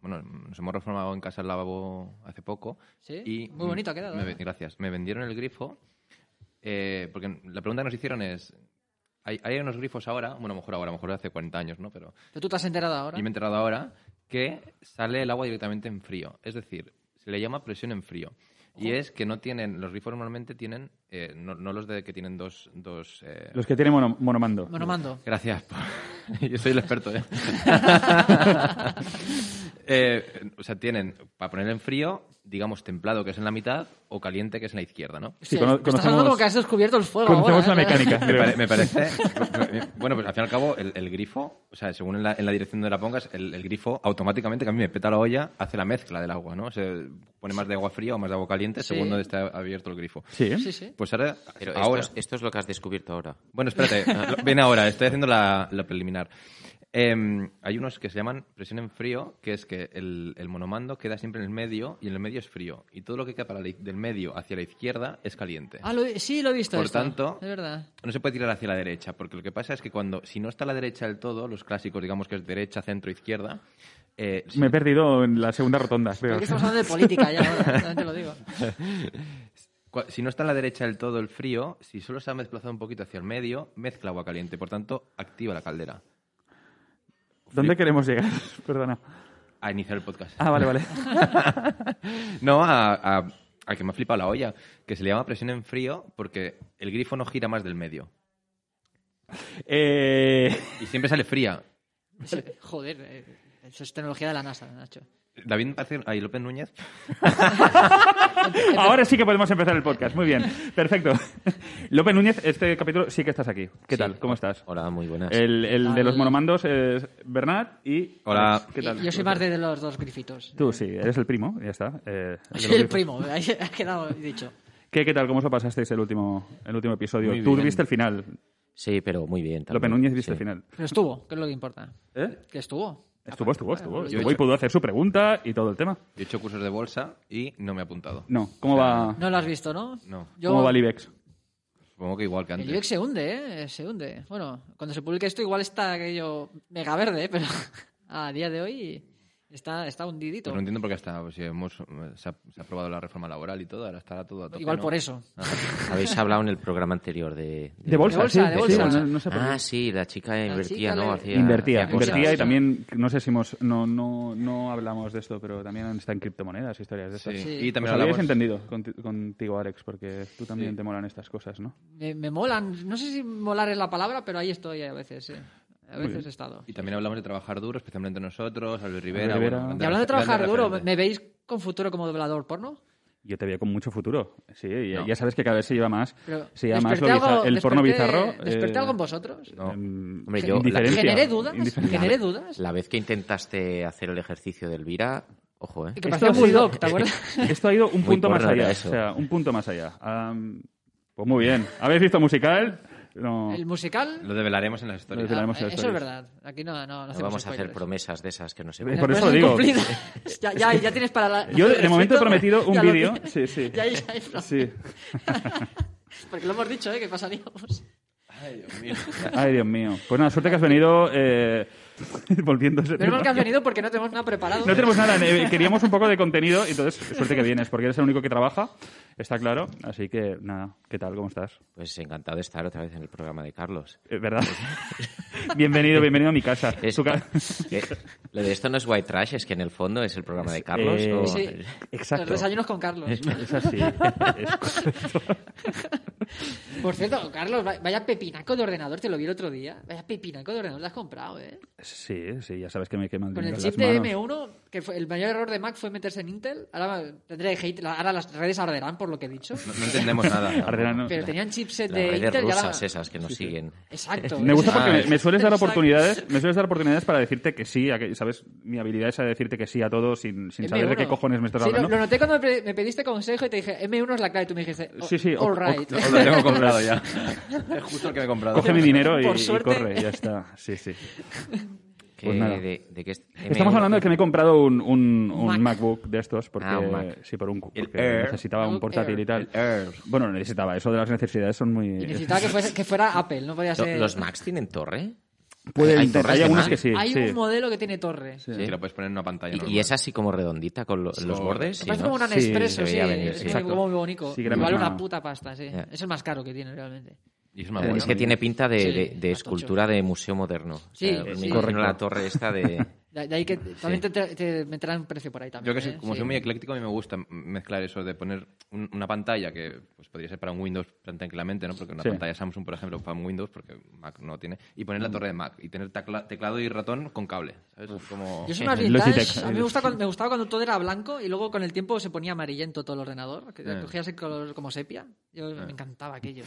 Bueno, nos hemos reformado en casa el lavabo hace poco. ¿Sí? Y Muy bonito ha quedado, me- ¿eh? gracias. Me vendieron el grifo. eh, porque la pregunta que nos hicieron es: ¿hay, hay unos grifos ahora? Bueno, a lo mejor ahora, a lo mejor hace 40 años, ¿no? Pero Pero tú te has enterado ahora. Y me he enterado ahora que sale el agua directamente en frío. Es decir, se le llama presión en frío. Y es que no tienen, los grifos normalmente tienen, eh, no, no los de que tienen dos... dos eh, Los que tienen mono- monomando. Bueno, mando. Gracias. por- Yo soy el experto. ¿eh? Eh, o sea, tienen, para poner en frío, digamos templado, que es en la mitad, o caliente, que es en la izquierda, ¿no? Sí, Hostia, cono- Estás hablando como conocemos, que has descubierto el fuego conocemos ahora, la ¿eh? mecánica. Me, creo. pare- me parece. bueno, pues al fin y al cabo, el, el grifo, o sea, según en la, en la dirección de la pongas, el, el grifo automáticamente, que a mí me peta la olla, hace la mezcla del agua, ¿no? Se pone más de agua fría o más de agua caliente Sí. según donde esté abierto el grifo. Sí, ¿eh? Sí, sí. Pues ahora. Pero esto, ahora Es, esto es lo que has descubierto ahora. Bueno, espérate, lo- viene ahora, estoy haciendo la, la preliminar. Em, hay unos que se llaman presión en frío, que es que el, el monomando queda siempre en el medio y en el medio es frío. Y todo lo que queda para la iz- del medio hacia la izquierda es caliente. Ah, lo- sí, lo he visto. Por esto. tanto- Es verdad. No se puede tirar hacia la derecha, porque lo que pasa es que cuando, si no está a la derecha del todo, los clásicos, digamos que es derecha, centro, izquierda, eh, si- Me he perdido en la segunda rotonda, creo. Creo que estamos hablando de política ya ahora, también te lo digo. cua- si no está a la derecha del todo el frío, si solo se ha desplazado un poquito hacia el medio, mezcla agua caliente, por tanto, activa la caldera. ¿Dónde queremos llegar? Perdona. A iniciar el podcast. Ah, vale, vale. No, a, a- a que me ha flipado la olla, que se le llama presión en frío porque el grifo no gira más del medio. Eh, Y siempre sale fría. Sí, Joder, eh, eso es tecnología de la NASA, Nacho. David me parece... Ay, López Núñez. Ahora sí que podemos empezar el podcast. Muy bien. Perfecto. López Núñez, este capítulo sí que estás aquí. ¿Qué tal? ¿Cómo estás? Hola, muy buenas. El, el de los monomandos es Bernat y... Hola. Alex. ¿Qué tal? Y- Yo soy más de de los dos grifitos. Tú sí, eres el primo, ya está. Eh, Soy el de los el grifos. primo, ahí ha quedado dicho. ¿Qué, ¿Qué tal? ¿Cómo os lo pasasteis el último, el último episodio? Muy Tú bien. viste el final. Sí, pero muy bien. López también, Núñez viste sí. el final. Pero estuvo, que es lo que importa. ¿Eh? Que estuvo. Estuvo, estuvo, estuvo. yo- Estuvo y pudo hacer su pregunta y todo el tema. Yo he hecho cursos de bolsa y no me he apuntado. No, ¿cómo va, No lo has visto, ¿no? No. Yo- ¿cómo va el IBEX? Supongo que igual que El antes. IBEX se hunde, ¿eh? Se hunde. Bueno, cuando se publique esto igual está aquello mega verde, ¿eh? pero a día de hoy está, está hundidito. Pues no entiendo por qué hasta pues, si hemos, se, ha, se ha aprobado la reforma laboral y todo, ahora estará todo a tope, igual ¿no? por eso. Habéis hablado en el programa anterior de... De bolsa, De bolsa, sí. de sí, bolsa. bueno, no sé por qué. Ah, sí, la chica invertía, chica ¿no? le- Hacía- Invertía, hacía cosas. invertía y también, no sé si hemos, no, no, no hablamos de esto, pero también está en criptomonedas, historias de estas. Sí. Sí. Y Pues también habíais hablamos... entendido conti- contigo, Alex, porque tú también te molan estas cosas, ¿no? Me, me molan. No sé si molar es la palabra, pero ahí estoy a veces, sí. A veces he estado. Y también hablamos de trabajar duro, especialmente nosotros, Albert Rivera... Rivera. bueno, Y Y hablando de grandes trabajar duro, referentes. ¿me veis con futuro como doblador porno? Yo te veo con mucho futuro, sí, y ya- No. ya sabes que cada vez se lleva más, Pero se lleva más desperté lo biza- algo- el porno desperté- bizarro. ¿Desperté eh, algo en vosotros? No. em, Hombre, yo- indiferencia. Generé dudas, Indiferencia. generé dudas. La vez que intentaste hacer el ejercicio de Elvira, ojo, ¿eh? Y que Esto parecía ha muy sido- doc, ¿te acuerdas? Esto ha ido un Muy punto más porno era allá, eso. o sea, un punto más allá. Am, pues muy bien, ¿habéis visto musical? No, El musical. Lo develaremos en las historias. Lo develaremos en Ah, las eso es stories. verdad. Aquí no, no, no No hacemos vamos a hacer spoilers. promesas de esas que no se Por Las cumplen. eso promesas digo. Eh, incumplidas. ya, ya, ya tienes para la. Yo, de momento, he respeto, prometido un ya lo vídeo. tienes. Sí, sí. Ya, ya, ya, Sí. Porque lo hemos dicho, ¿eh? Que pasaríamos. Ay, Dios mío. Pues nada, suerte que has venido eh, volviéndose. Menos mal que has venido porque no tenemos nada preparado. No tenemos nada, eh, queríamos un poco de contenido, entonces suerte que vienes, porque eres el único que trabaja, está claro. Así que nada, ¿qué tal? ¿Cómo estás? Pues encantado de estar otra vez en el programa de Carlos. Eh, ¿Verdad? bienvenido, bienvenido a mi casa. Es- Tu ca- eh, lo de esto no es white trash, es que en el fondo es el programa de Carlos. Eh, o- Sí. Los Exacto. Eh. desayunos con Carlos. Es así. Es correcto. Por cierto, Carlos, va- vaya pepinaco de ordenador, te lo vi el otro día. Vaya pepinaco de ordenador, te has comprado, ¿eh? Sí, sí, ya sabes que me queman Con el las chip de manos. M1, que fue- el mayor error de Mac fue meterse en Intel. Ahora tendré hate, la- ahora las redes arderán por lo que he dicho. No, no entendemos nada. Arderán, ¿no? Pero tenían chipset Las de redes Intel y ahora- rusas esas que nos siguen. Pues Exacto. Me gusta porque Ah, me, es- me sueles dar Exacto. oportunidades, me sueles dar oportunidades para decirte que sí, a que, sabes, mi habilidad es a decirte que sí a todo sin, sin saber de M1. qué cojones me estás Sí, lo- hablando. Lo, noté cuando me, pre- me pediste consejo y te dije, M1 es la clave. Y tú me dijiste, "Oh, Sí, sí, o- all o- right. Os lo tengo comprado ya. Es justo el que me he comprado. Coge mi dinero y, Por y suerte. corre, ya está. Sí, sí. que Pues nada. de- de que es- Estamos M1. hablando de que me he comprado un, un- un Mac. MacBook de estos porque Ah, un Mac. sí, por un cu- El porque Air. necesitaba un MacBook portátil y Air. tal. Air. Bueno, no necesitaba, eso de las necesidades son muy Y necesitaba que fuese- que fuera Apple, no podía Lo- ser... ¿Los Macs tienen torre? Puede Hay intentar. torres Hay de algunas mar. que sí. Hay sí. un modelo que tiene torre. Sí. Que lo puedes poner en una pantalla Y- Y, normal. es así como redondita con lo- los Correcto. bordes. sí, Parece ¿no? como una Sí, Nespresso, se sí. veía venir, es sí. como Exacto. muy bonito. Sí, que y era vale más- una puta pasta, sí. Ya. Es el más caro que tiene realmente. Y es más Eh, bueno. es que tiene pinta de, Sí, de- de más escultura de museo moderno. Sí, me sí. imagino Correcto. la torre esta de... De de ahí que también te, te- te meterán precio por ahí también. Yo que sé, ¿eh? como Sí. soy muy ecléctico, a mí me gusta mezclar eso de poner un- una pantalla que pues, podría ser para un Windows tan tranquilamente, ¿no? Porque una Sí. pantalla Samsung, por ejemplo, para un Windows, porque Mac no tiene, y poner la torre de Mac y tener tecla- teclado y ratón con cable, ¿sabes? Como... Yo soy más El Logitech. vintage. A mí me, gusta cuando- me gustaba cuando todo era blanco y luego con el tiempo se ponía amarillento todo el ordenador. Que Eh. cogías el color como sepia. Yo Eh. me encantaba aquello.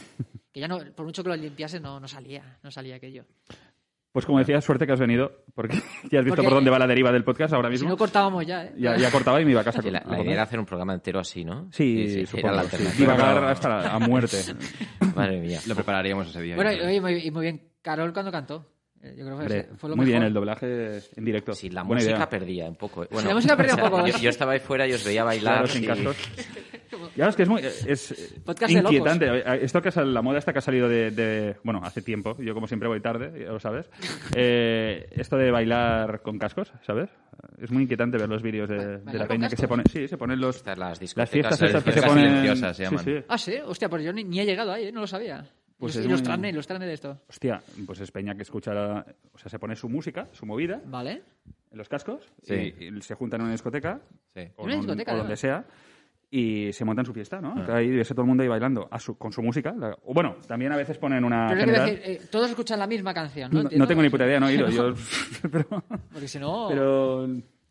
Que ya no, por mucho que lo limpiase, no, no salía. No salía aquello. Pues como decía, suerte que has venido, porque ya has visto Porque- por dónde va la deriva del podcast ahora Si mismo. no cortábamos ya, ¿eh? ya, ya cortaba y me iba a casa. que con- la, a la cortar. idea era hacer un programa entero así, ¿no? Sí, era supongo. la sí. alternativa. Divagar hasta la- a muerte. Madre mía. Lo prepararíamos ese día. Bueno, yo y, creo. oye, muy, y muy bien. Carol cuando cantó. Eh, Yo creo que Hombre, fue lo muy bien, mejor. el doblaje en directo. Sí, la Buena música idea. perdía un poco. eh. Bueno, la música perdía un poco, Yo, ¿eh? yo estaba ahí fuera y os veía bailar. Claro, sin y- cascos. Ya es que es muy es Podcast de locos. inquietante. Esto que es la moda esta que ha salido de, de- bueno hace tiempo. Yo como siempre voy tarde, ya lo sabes. Eh, esto de bailar con cascos, ¿sabes? Es muy inquietante ver los vídeos de, de la con peña que cascos? se pone. Sí, se ponen los Estas, las discotecas, las fiestas las estas que se discotecas ponen. silenciosas se Sí, llaman. sí. Ah, sí, hostia, pues yo ni, ni he llegado ahí, ¿eh? no lo sabía. Pues Pues es ilustrarme, muy- ilustrarme de esto. Hostia, pues es peña que escucha, la- o sea, se pone su música, su movida ¿Vale? en los cascos Sí. y, y se juntan en una discoteca Sí. o, Una en un- discoteca, o ¿no? donde sea y se montan su fiesta, Ah. ¿no? Ahí ves a todo el mundo ahí bailando a su- con su música. la- o bueno, también a veces ponen una Pero es que Ah, general. decir, eh, todos escuchan la misma canción, ¿no? No, Entiendo. no tengo ni puta idea, no he ido. Yo, pero, Porque si no... pero,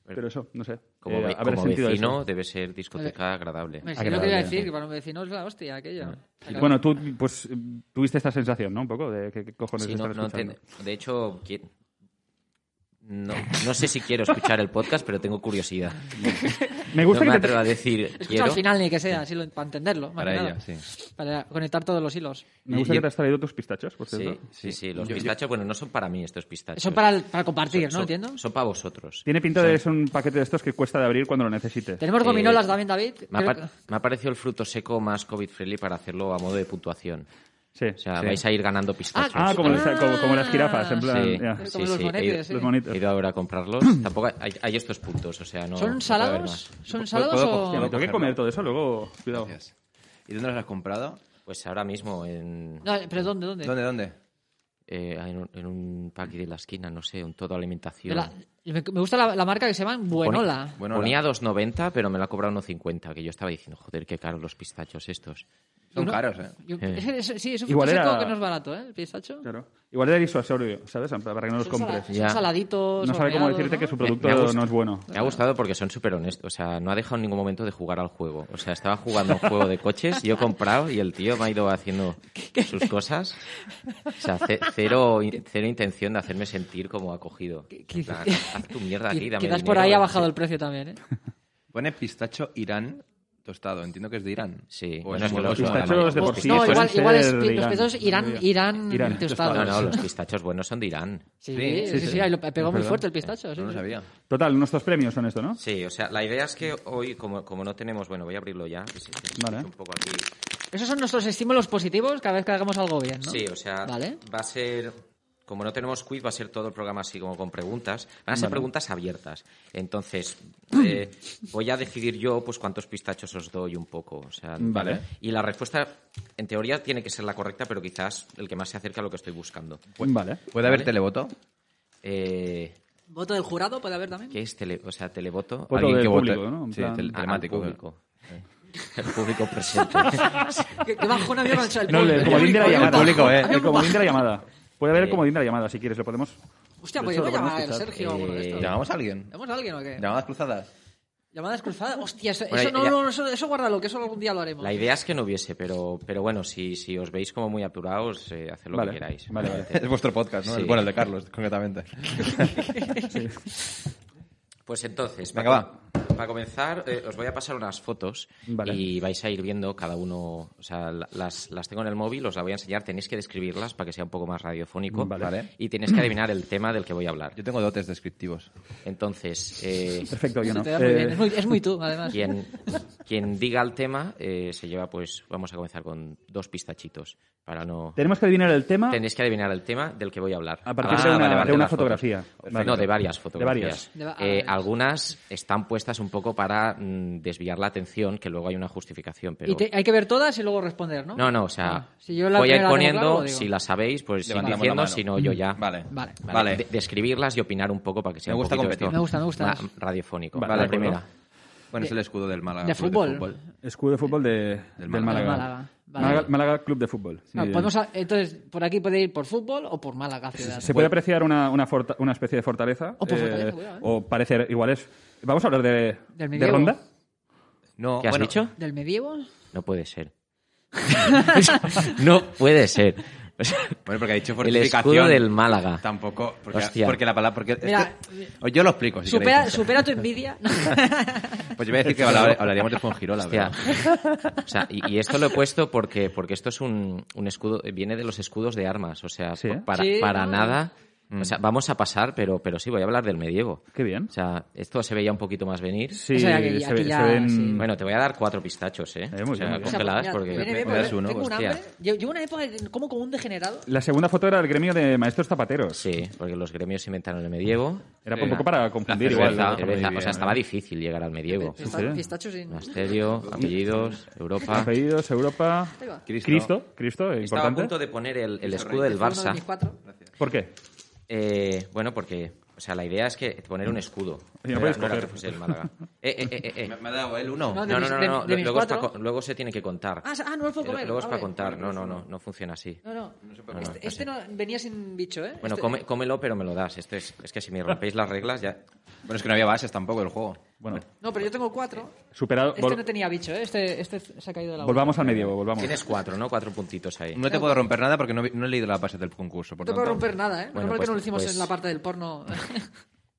pero eso, no sé. Como, Eh, ve- habrá como sentido vecino eso. debe ser discoteca agradable. Hombre, Ah, sí, lo que que iba a maravilla, decir, sí. Ah. que para un vecino es la hostia aquello. Acabó. Bueno, tú pues eh, tuviste esta sensación, ¿no? Un poco de que, cojones Sí, no- están no escuchando. entiendo. de hecho, qui- no, no sé si quiero escuchar el podcast, pero tengo curiosidad. Me gusta no me que te... atrevo a decir Escucha quiero. al final ni que sea, así lo- para entenderlo. más Para que ella, nada. sí. Para conectar todos los hilos. Me gusta Y- que te has traído tus pistachos, por cierto. Sí, sí, sí. Los Yo- yo- pistachos, bueno, no son para mí estos pistachos. Eso para, el- para compartir, ¿no? Son- Entiendo. Son para vosotros. Tiene pinta de ser un paquete de estos que cuesta de abrir cuando lo necesites. Tenemos Eh, gominolas también, David. Me ha, Creo par- me ha parecido el fruto seco más COVID-friendly para hacerlo a modo de puntuación. Sí. O sea, sí. vais a ir ganando pistachos. Ah, como, las- Ah. como- como las jirafas, en plan... Sí, ya. que- sí, como los ¿eh? sí, monetes, he- sí. Los bonitos. He ido ahora a comprarlos. Tampoco hay, hay estos puntos, o sea, ¿Son no. no puede haber salados? más. ¿Son ¿Puedo- salados puedo o...? coger- Hostia, me tengo que comer todo eso, luego... Cuidado. Gracias. ¿Y dónde las has comprado? Pues ahora mismo en, No, pero ¿dónde, dónde? ¿Dónde, dónde? eh, en, un, en un pack de la esquina, no sé, un todo De alimentación. la- me me gusta la, la marca que se llama Buenola. Bueno, Ponía la- 2,90, pero me lo ha cobrado 1,50, que yo estaba diciendo, joder, qué caros los pistachos estos. son Uno- caros, ¿eh? Yo- Eh. ese- ese- sí, es un Igual fruto seco era- que no es barato, ¿eh? El pistacho. Claro. Igual era disuasorio, ¿sabes? En plan, Para que no los Son compres. sala- Ya. Son saladitos, No sabe cómo horneados, decirte ¿no? que su Me- producto me ha gust- no es bueno. Me ha gustado porque son súper honestos. O sea, no ha dejado en ningún momento de jugar al juego. O sea, estaba jugando a un juego de coches, yo he comprado y el tío me ha ido haciendo sus cosas. O sea, ce- cero, in- cero intención de hacerme sentir como acogido. ¿Qué- qué En plan, hiciste? Haz tu mierda aquí, Qui- dame Quizás dinero". por ahí ha bajado el precio también, ¿eh? Pues Pone pistacho Irán tostado. Entiendo que es de Irán. Sí. O Bueno, es es que mongol. los Suena pistachos mal. de por sí No, Pues no, suelen igual, igual es, ser de los pedos irán, irán, Irán, tostados. No, no, los pistachos buenos son de Irán. Sí, Sí, sí, sí, sí, sí. ahí lo pegó muy verdad. fuerte el pistacho. Ah, sí, No lo sí. sabía. Total, nuestros premios son esto, ¿no? Sí, o sea, la idea es que hoy, como, como no tenemos... Bueno, voy a abrirlo ya. que se- se Vale. escuche Un poco aquí. Esos son nuestros estímulos positivos cada vez que hagamos algo bien, ¿no? Sí, o sea, Vale. va a ser. Como no tenemos quiz, va a ser todo el programa así como con preguntas. Van a ser preguntas abiertas. Entonces, eh, voy a decidir yo pues cuántos pistachos os doy un poco. o sea, Vale. Y la respuesta, en teoría, tiene que ser la correcta, pero quizás el que más se acerca a lo que estoy buscando. vale. ¿Puede haber televoto? Eh, ¿Voto del jurado puede haber también? ¿Qué es tele, o sea, televoto? Voto Alguien Pues del que vote. público, ¿no? En Sí, plan- tel- Ah, telemático. al público. El público presente. Que, que bajó un avión al el No, pues, el público. comodín de la Había un llamada. bajón, El público, eh. había El un comodín bajón. de la llamada. Puede haber el Eh. comodín de la llamada, si quieres, lo podemos... Hostia, De pues yo hecho, lo podemos llamar a escuchar. Sergio o alguno de estos. Eh, ¿Llamamos a alguien? ¿Llamamos a alguien o qué? ¿Llamadas cruzadas? ¿Llamadas cruzadas? Hostia, eso, Bueno, eso no, ya- no, eso, eso guárdalo, que eso algún día lo haremos. La idea es que no hubiese, pero, pero bueno, si, si os veis como muy apurados, eh, haced lo Vale, que queráis. vale, vale. Es vuestro podcast, ¿no? Sí. Bueno, el de Carlos, concretamente. Pues entonces, Venga, va. para comenzar, eh, os voy a pasar unas fotos Vale. y vais a ir viendo cada uno. O sea, la- las, las tengo en el móvil, os las voy a enseñar. Tenéis que describirlas para que sea un poco más radiofónico. Vale. Vale. Y tenéis que adivinar el tema del que voy a hablar. Yo tengo dotes descriptivos. Entonces, eh, Perfecto, yo Se no. te da muy Eh, bien. Es, muy, es muy tú, además. quien, quien diga el tema eh, se lleva, pues, vamos a comenzar con dos pistachitos para no. Tenemos que adivinar el tema. Tenéis que adivinar el tema del que voy a hablar. Ah, A partir de una- de unas una fotos. fotografía. Perfecto. Vale. No, De de varias varias. fotografías. De va- ah, Eh, vale. algunas están puestas un poco para mm, desviar la atención, que luego hay una justificación. Pero... Y te- hay que ver todas y luego responder, ¿no? No, no, o sea, Ah, si yo la voy a ir primera la tengo poniendo, claro, lo digo. si la sabéis, pues ir Levantamos la diciendo, mano. si no, yo ya. Ah, Vale. Vale. Vale, Vale. de- describirlas y opinar un poco para que sea Me un gusta poquito competir. esto Me gusta, me gusta. ma- radiofónico. Vale, la de acuerdo. primera. Bueno, es el escudo del Málaga. de Club fútbol. Escudo de fútbol de, Del del, Málaga. Málaga. Málaga. Vale. pues Málaga- Málaga Club de Fútbol. Sí. No, Ah, podemos a- entonces, por aquí puede ir por fútbol o por Málaga ciudad. Se puede apreciar una, una, forta- una especie de fortaleza. O por fortaleza, cuidado, eh. O parecer iguales. Vamos a hablar de, Del de medievo. ronda. No, ¿Qué has bueno, dicho? ¿Del medievo? No puede ser. no puede ser. O sea, Bueno, porque ha dicho el fortificación. escudo del Málaga. Tampoco, porque, Hostia. porque la palabra... Porque es Mira, que- yo lo explico, si Supera, queréis. supera tu envidia. Pues yo voy a decir que habla- hablaríamos de Fongirola, Hostia. ¿verdad? O sea, y, y esto lo he puesto porque, porque esto es un, un escudo, viene de los escudos de armas. O sea, Sí, Mm. pa- ¿eh? para, Sí, para no. nada. O sea, vamos a pasar, pero, pero sí, voy a hablar del medievo. Qué bien. O sea, esto se veía un poquito más venir. Sí, O sea, que se, aquí ve- ya, se ven. sí. Bueno, te voy a dar cuatro pistachos, ¿eh? Eh, muy o sea, bien, muy bien. congeladas porque... viene bien, me das porque uno, tengo un hostia. hambre. Llevo llevo una época que como como un degenerado. La segunda foto era el gremio de maestros zapateros. Sí, porque los gremios se inventaron el medievo. Era Sí. un poco para confundir La igual. Cerveza, ¿no? cerveza. Muy bien, o sea, ¿eh? estaba difícil llegar al medievo. sí. Pistachos- Pistachos sin... Monasterio, apellidos, Europa. Apellidos, Europa. Ahí va. Cristo. Cristo, Cristo, eh, Estaba a punto importante. de poner el, el escudo Rey. del Fue uno de Barça. mis cuatro. ¿Por qué? Eh, bueno, porque, o sea, la idea es que poner un escudo. Sí, no Era- puedes no era coger. que fuese el Málaga. Eh, eh, eh, eh, eh. Me, me ha dado el uno. No, No, de no, mis- no, de- no, de mis luego, es cuatro. pa- luego se tiene que contar. Eh, Ah, ah, no los puedo comer. Luego es Ah, para vale. contar. No, no, no, no funciona así. No, no. no, este, no este no venía sin bicho, ¿eh? Bueno, Este- come- cómelo, pero me lo das. Esto es, es que si me rompéis las reglas ya... Bueno, es que no había bases tampoco del juego. Bueno, No, pero yo tengo cuatro. superado. Este vol- no tenía bicho, ¿eh? Este, este se ha caído de la boca. volvamos al medievo, volvamos. Tienes cuatro, ¿no? Cuatro puntitos ahí. No te puedo romper nada porque no, vi- no he leído las bases del concurso. Por No te puedo tanto- romper nada, ¿eh? Bueno, no porque pues- no lo hicimos pues- en la parte del porno.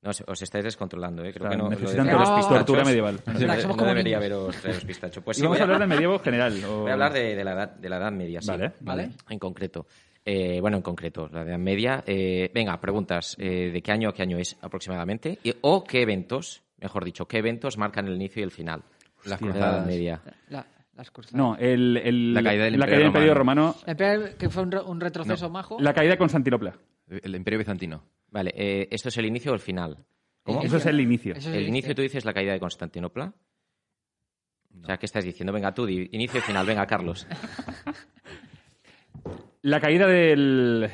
No, os- os estáis descontrolando, ¿eh? Creo O sea, que no... lo de necesitan traer todos los tortura pistachos- medieval. No, Somos debe- no como debería niños. haberos traer los pistachos. Pues Y sí, vamos voy a a- hablar del medievo general. o- Voy a hablar de, de la, edad, de la Edad Media, sí. Vale, vale. En concreto. Eh, bueno, en concreto, la Edad Media. Eh, venga, preguntas. eh, ¿De qué año a qué año es aproximadamente? Y- o qué eventos, mejor dicho, qué eventos marcan el inicio y el final Las de la Edad cruzadas. Media. La- las cruzadas. No, el, el- La caída del Imperio Imperio Romano. La primera que fue un, re- un retroceso majo. La caída de Constantinopla. El Imperio Bizantino. Vale, eh, ¿esto es el inicio o el final? ¿Cómo? Inicio. Eso es el inicio. Eso es ¿El inicio tú dices la caída de Constantinopla? O sea, ¿qué estás diciendo? Venga, tú, di- inicio y final. Venga, Carlos. La caída del,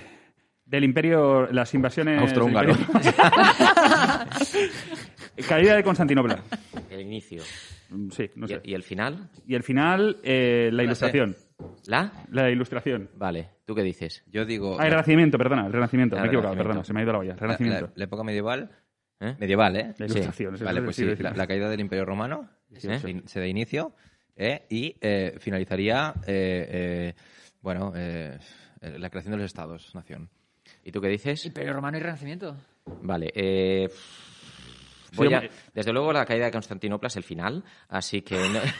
del imperio, las invasiones... Austrohúngaro. del imperio- caída de Constantinopla. El inicio. Mm, Sí, no Y- sé. ¿Y, el final? Y al final, eh, la ilustración. ¿La? La ilustración. Vale, ¿tú qué dices? Yo digo... Ah, el Renacimiento, perdona, el Renacimiento. Ah, Me he equivocado, Renacimiento. perdona, se me ha ido la olla. la, Renacimiento. la- la época medieval... ¿Eh? Medieval, ¿eh? La ilustración. eso Vale, es pues sí. decir, La, la caída del Imperio Romano ¿Eh? fin- se da inicio ¿eh? y eh, finalizaría, eh, eh, bueno, eh, eh, la creación de los estados-nación. ¿Y tú qué dices? Imperio Romano y Renacimiento. Vale. eh, voy Sí, a- hombre. desde luego la caída de Constantinopla es el final, así que... No, no es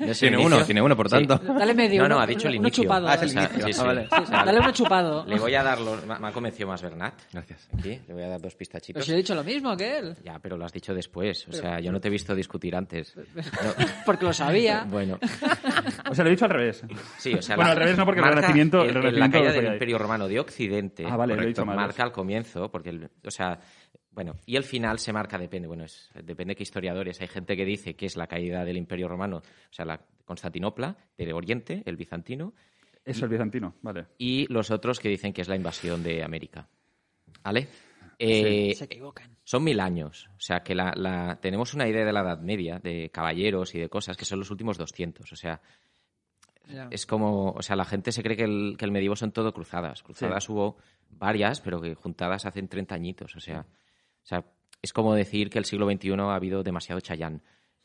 el Tiene inicio. uno, tiene uno, por tanto. Dale medio. No, no, uno- ha dicho el uno inicio. chupado. Ah, es el O sea, inicio. sí, sí. Ah, vale. Sí, sí, dale uno chupado. Le voy a dar los... Me me ha convencido más Bernat. Gracias. Aquí, le voy a dar dos Pero pistachitos. si he dicho lo mismo que él. Ya, pero lo has dicho después. O sea, yo no te he visto discutir antes. No, Porque lo sabía. bueno, O sea, lo he dicho al revés. sí, o sea... Bueno, la- al revés no, porque el marca Renacimiento- el el- La Renacimiento caída lo del fue ahí. Imperio Romano de Occidente Ah, vale, lo he dicho mal. marca el comienzo, porque... el- o sea, bueno, y el final se marca, depende, bueno, es- depende qué historiadores. Hay gente que dice que es la caída del Imperio Romano, o sea, la Constantinopla, del Oriente, el bizantino, Eso, el bizantino, vale. y los otros que dicen que es la invasión de América. ¿Vale? Eh, Se equivocan. son mil años. O sea, que la, la- tenemos una idea de la Edad Media, de caballeros y de cosas, que son los últimos 200. O sea, Ya. es como. O sea, la gente se cree que el, que el medievo son todo cruzadas. Cruzadas hubo varias, pero que juntadas hacen 30 añitos. O sea, o sea es como decir que el siglo XXI ha habido demasiado Chayán.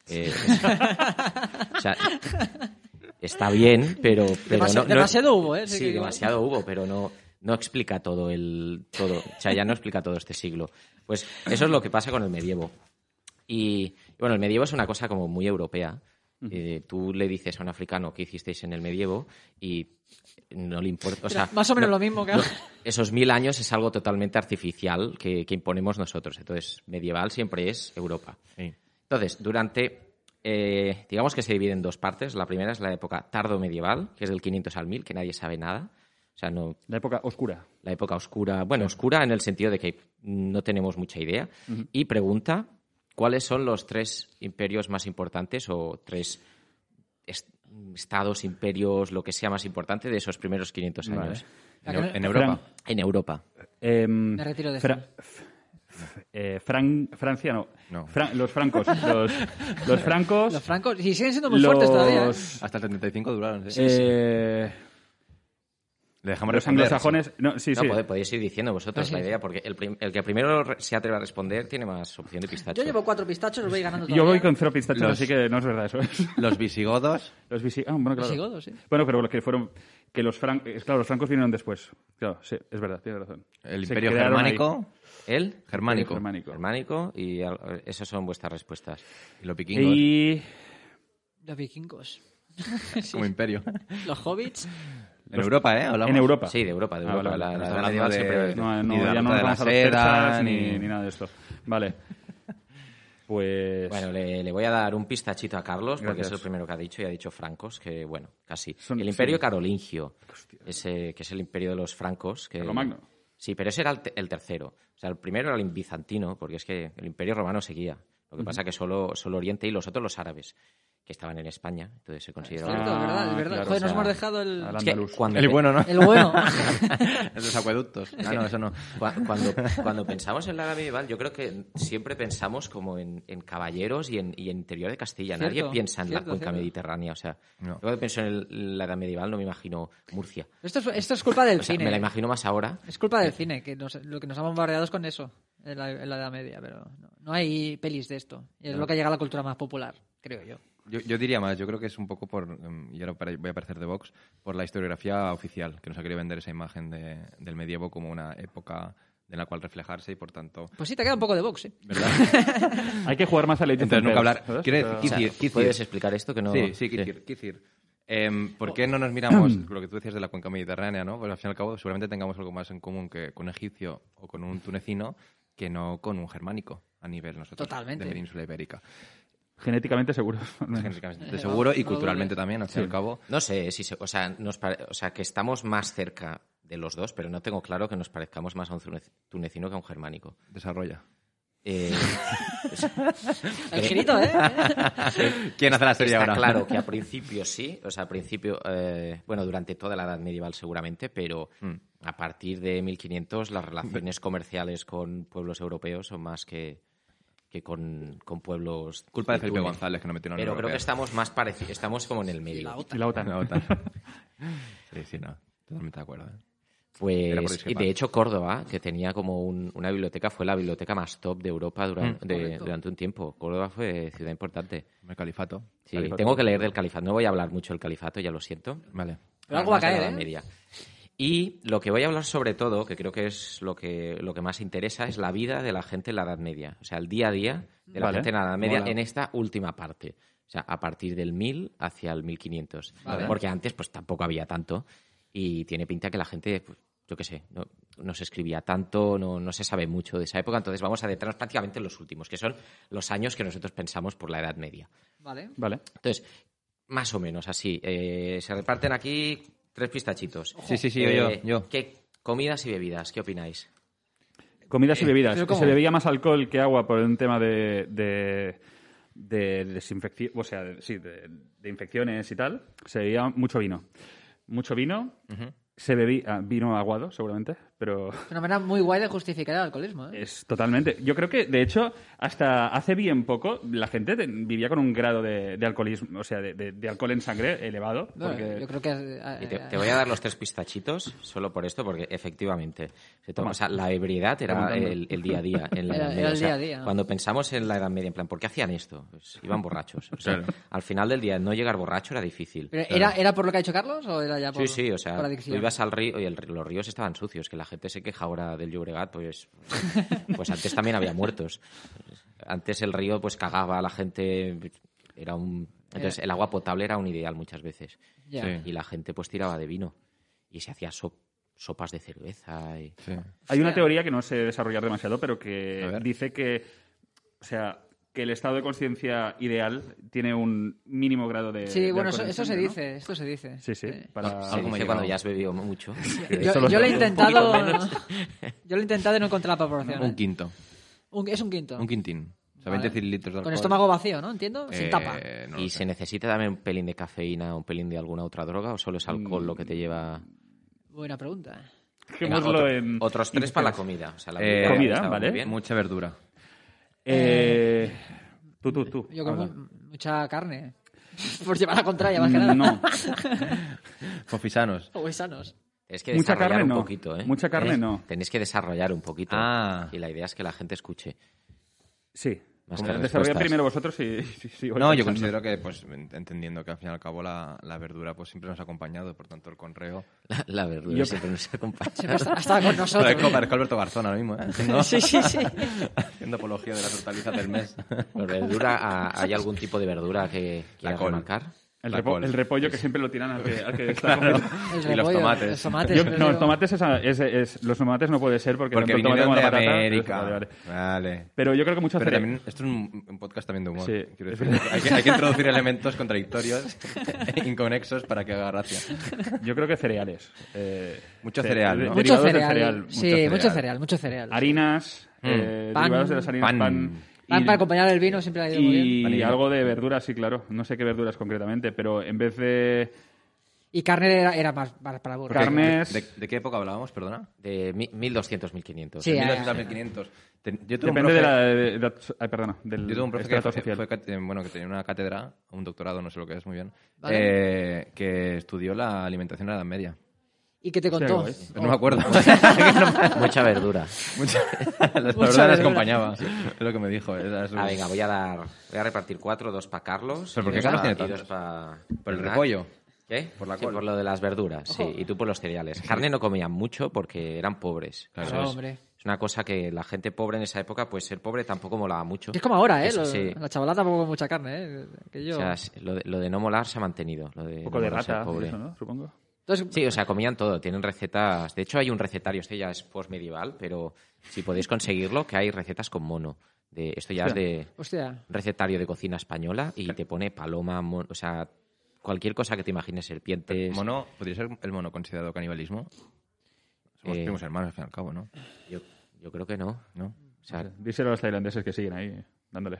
Eh, es- o sea, está bien, pero. pero Demasi- no- no- demasiado hubo, ¿eh? Sí Sí, que- demasiado hubo, pero no, no explica todo el. todo. O sea, ya no explica todo este siglo. Pues eso es lo que pasa con el medievo. Y bueno, el medievo es una cosa como muy europea. Eh, tú le dices a un africano qué hicisteis en el medievo y no le importa. O sea, más o menos no- lo mismo que no- ahora. esos mil años es algo totalmente artificial que, que imponemos nosotros. Entonces, medieval siempre es Europa. Sí. Entonces, durante, eh, digamos que se divide en dos partes. La primera es la época tardo medieval, que es del 500 al 1000, que nadie sabe nada. O sea, no, La época oscura. la época oscura, bueno, oscura en el sentido de que no tenemos mucha idea. Y pregunta, ¿cuáles son los tres imperios más importantes o tres est- estados, imperios, lo que sea más importante de esos primeros 500 Vale. años? En, La que Eu- no- en Europa. Fran- En Europa. Em, Me retiro de Fra- f- eh, Fran- Francia no. No. Fran- los francos. Los, los francos. Los francos, y siguen siendo muy fuertes todavía. ¿eh? los, Ah, Hasta el 35 duraron. ¿sí? eh, Le dejamos los responder, anglosajones. No, sí, No, pues, sí. pode- podéis ir diciendo vosotros Sí, la sí. idea, porque el, prim- el que primero re- se atreva a responder tiene más opción de pistacho. Yo llevo cuatro pistachos, los voy ganando Yo voy todavía. con cero pistachos, Los- así que no es verdad eso. ¿eh? sí. Los visigodos. Los visi- ah, bueno, claro. Visigodos, sí. Bueno, pero los que fueron. Que los fran- eh, claro, los francos vinieron después. Claro, sí, es verdad, tienes razón. El Se imperio crearon ahí. germánico. ¿El? Germánico. Imperio germánico. Germánico, y al- esas son vuestras respuestas. Y los vikingos Y. eh, Los vikingos. como imperio. Los hobbits. en Europa, ¿eh? Hablamos. En Europa. Sí, de Europa, de Ah, Europa. vale, la- vale. Estamos la edad hablando medieval de- siempre- No, Eh, Ni no, de la ruta ya no nos de vamos la a los persas, seda, ni, ni- ni nada de esto. Vale. Pues. Bueno, le, le voy a dar un pistachito a Carlos, porque Gracias. es el primero que ha dicho, y ha dicho francos, que bueno, casi. Son- el imperio sí. carolingio, ese, que es el imperio de los francos. Que, Carlomagno. Sí, pero ese era el, te- el tercero. O sea, el primero era el bizantino, porque es que el imperio romano seguía. Lo que pasa que solo, solo Oriente y los otros los árabes, que estaban en España, entonces se Es consideraba... cierto, es verdad, es verdad. claro, Joder, o nos sea, hemos dejado el, al Es que andaluz. cuando El pe- bueno, ¿no? el bueno. Los acueductos. Ah, no, eso no. Cua- Cuando, cuando pensamos en la edad medieval, yo creo que siempre pensamos como en, en caballeros y en, y en interior de Castilla. Cierto, Nadie piensa en la cierto, cuenca cierto. mediterránea. O sea, No. yo cuando pienso en el- la edad medieval no me imagino Murcia. Esto es, esto es culpa del O sea, cine. me la imagino más ahora. Es culpa del cine, que nos, lo que nos han bombardeado es con eso, en la, en la Edad Media, pero no, no hay pelis de esto. Es lo que llega a la cultura más popular, creo yo. Yo, yo diría más, yo creo que es un poco por, em, y ahora pare- voy a parecer de Vox, por la historiografía oficial, que nos ha querido vender esa imagen de- del medievo como una época en la cual reflejarse y por tanto... Pues sí, te queda un poco de box, ¿eh? ¿Verdad? Hay que jugar más a la Entonces nunca hablar... Quiere decir, O sea, Kizir, Kizir. ¿Puedes explicar esto? Que no... Sí, sí, Kizir, Kizir. Em, ¿Por qué no nos miramos lo que tú decías de la cuenca mediterránea, no? Pues al fin y al cabo seguramente tengamos algo más en común que con un egipcio o con un tunecino que no con un germánico a nivel nosotros Totalmente. de península ibérica. Genéticamente seguro. De seguro y No lo culturalmente dudes. también, al fin y al cabo. No sé, si se- o, sea, nos pare- o sea, que estamos más cerca de los dos, pero no tengo claro que nos parezcamos más a un tunec- tunecino que a un germánico. Desarrolla. Eh, El girito, ¿eh? ¿Quién hace la serie Está ahora? claro que a principio sí, o sea, a principio, eh, bueno, durante toda la Edad Medieval seguramente, pero Hmm. a partir de 1500 las relaciones comerciales con pueblos europeos son más que, que con, con pueblos. Culpa de Felipe Túnez. González que no metió en la Pero Unión creo que Europea. estamos más parecidos, estamos como en el Y medio. la Y otra. la OTAN. La OTAN. sí, sí, no. Totalmente de acuerdo. ¿eh? Era por Pues, y discrepar. de hecho, Córdoba, que tenía como un- una biblioteca, fue la biblioteca más top de Europa duran- Hmm. de- correcto. durante un tiempo. Córdoba fue ciudad importante. El califato. Sí, tengo que leer del califato. No voy a hablar mucho del califato, ya lo siento. Vale. Pero algo va a Además de caer, la Edad ¿eh? Media. Y lo que voy a hablar sobre todo, que creo que es lo que, lo que más interesa, es la vida de la gente en la Edad Media. O sea, el día a día de la Vale. gente en la Edad Media Mola. en esta última parte. O sea, a partir del 1000 hacia el 1500. Vale. Porque antes, pues tampoco había tanto. Y tiene pinta que la gente, pues, yo qué sé, no, no se escribía tanto, no, no se sabe mucho de esa época. Entonces vamos a adentrarnos prácticamente en los últimos, que son los años que nosotros pensamos por la Edad Media. Vale. Vale. Entonces, más o menos así. Eh, se reparten aquí tres pistachitos. Sí, sí, sí, yo, yo, Eh, yo. ¿qué- comidas y bebidas, ¿qué opináis? Comidas y bebidas. Eh, pero ¿cómo? Se bebía más alcohol que agua por un tema de, de, desinfección, o sea, de- sí, de, de infecciones y tal. Se bebía mucho vino. Mucho vino. Se bebía ah, vino aguado, seguramente, pero Es una manera muy guay de justificar el alcoholismo, ¿eh? es totalmente. Yo creo que, de hecho, hasta hace bien poco la gente te- vivía con un grado de, de alcoholismo, o sea, de, de- de alcohol en sangre elevado. No, porque- Yo creo que... eh, Y Te, eh, te voy a dar los tres pistachitos solo por esto, porque efectivamente se Toma. toma- o sea, la ebriedad era Apuntando. el, el día a día. En la Era- Edad era Media. el O sea, día a día, ¿no? Cuando pensamos en la Edad Media, en plan, ¿por qué hacían esto? Pues iban borrachos. O sea, Claro. Al final del día, no llegar borracho era difícil. ¿Pero ¿Era, ¿Era por lo que ha dicho Carlos o era ya por Sí, sí, o sea, por tú adicción? ibas al río y el- los ríos estaban sucios, que la gente se queja ahora del Llobregat, pues, pues antes también había muertos. Antes el río pues cagaba a la gente. Era un. Entonces el agua potable era un ideal muchas veces. Ya. Sí. Y la gente pues tiraba de vino. Y se hacía sop- sopas de cerveza. y- Sí. Hay una Hostia. teoría que no sé desarrollar demasiado, pero A que ver. dice que, o sea, que el estado de conciencia ideal tiene un mínimo grado de. Sí, de bueno, eso, eso se alcoholemia, ¿no? dice, esto se dice. Sí, sí. Eh, Para... Se Ah. Algo me dice ha llegado. cuando ya has bebido mucho. Eso Yo, lo yo lo he sabía. intentado. Un poquito Yo lo he intentado y no encontré la proporción. Un ¿eh? quinto. Un- es un quinto. Un quintín. O sea, Vale. 20 litros de alcohol. Con estómago vacío, ¿no? Entiendo. Sin Eh, tapa. no lo ¿Y sé. se necesita también un pelín de cafeína, un pelín de alguna otra droga o solo es alcohol Mm, lo que te lleva? Buena pregunta. ¿eh? Venga, Dejémoslo otro- en- Otros tres para la comida. O sea, la Eh, primera comida, estaba muy ¿vale? bien. Mucha verdura. Eh, Tú, tú, tú. Yo como habla. mucha carne. ¿eh? Por llevar la contraria, más que nada. No, Fofisanos. O sanos. Es que Mucha desarrollar carne un no. poquito, ¿eh? Mucha carne Tenéis- no. Tenéis que desarrollar un poquito. Ah. Y la idea es que la gente escuche. sí. Más Como que Desarrolla respuestas. primero vosotros y... y- y- y voy No, yo pensando. considero que, pues, ent- entendiendo que al fin y al cabo la, la verdura pues siempre nos ha acompañado, por tanto el conreo. La, la verdura Yo- siempre nos acompaña. Estaba con nosotros. Parezco, parezco Alberto Garzón ahora mismo, ¿eh? Haciendo, Sí, sí, sí. haciendo apología de las hortalizas del mes. Por verdura, a- ¿hay algún tipo de verdura que quieras col. remarcar? El, La repo- col. el repollo que siempre lo tiran al que, al que está comiendo. El Y los repollo, tomates. Los tomates. Yo- pero no, digo- los tomates, es a- es- es- los tomates no puede ser porque, Porque tanto el tomate vinieron como de la patata- América. Vale, vale. Vale. Pero yo creo que mucha Pero cere- también, esto es un, un podcast también de humor. Sí. quiero decir. hay, que, hay que introducir elementos contradictorios, inconexos, para que haga gracia. Yo creo que cereales. Eh, Mucho ce- cereal, ¿no? de- Mucho derivados del cereal. ¿eh? mucho Sí, cereal. mucho cereal, mucho cereal. Harinas, eh, Pan. derivados de las harinas, pan. Mm. Pan. Pan y- para acompañar el vino siempre ha ido muy bien. Y Vanilla. algo de verduras, sí, claro. No sé qué verduras concretamente, pero en vez de... Y carne era, era más, más para burro. Carne. Carnes. ¿De, de qué época hablábamos, perdona? De mi- 1200, 1500. Sí, De ah, 1200 a ah, 1500. Te- Yo tuve un Depende de profe- la... de- de- ay, perdona, del este Yo tuve un profe que estrato fue, social. fue cate- bueno, que tenía una cátedra, un doctorado, no sé lo que es muy bien, eh, que estudió la alimentación en la Edad Media. ¿Y qué te Hostia, contó? qué guay. Oh. Pero no me acuerdo. Mucha verdura. Mucha, la verdura. verdad les acompañaba. Es lo que me dijo. era su- Ah, venga, voy a dar... Voy a repartir cuatro, dos para Carlos. ¿Pero por y qué dos Carlos pa- tiene y dos pa- Por el ¿verdad? repollo. ¿Qué? Por la Sí, col. por lo de las verduras, sí. Y tú por los cereales. Carne no comían mucho porque eran pobres. Claro. Eso es- hombre. Es una cosa que la gente pobre en esa época, pues ser pobre tampoco molaba mucho. Es como ahora, ¿eh? Eso Lo- sí. La chavalada tampoco con mucha carne, ¿eh? Que yo... O sea, es- lo de, lo de no molar se ha mantenido. Lo de Un poco no de molar, ser rata, pobre. eso, ¿no? Supongo. Entonces, Sí, o sea, comían todo. Tienen recetas. De hecho, hay un recetario, este ya es postmedieval, pero si podéis conseguirlo, que hay recetas con mono. De, esto ya es de hostia. un recetario de cocina española y te pone paloma, mon- o sea, cualquier cosa que te imagines, serpientes. Mono, ¿podría ser el mono considerado canibalismo? Somos Eh. primos hermanos, al fin y al cabo, ¿no? Yo, yo creo que no. ¿No? O sea, Díselo a los tailandeses que siguen ahí dándole.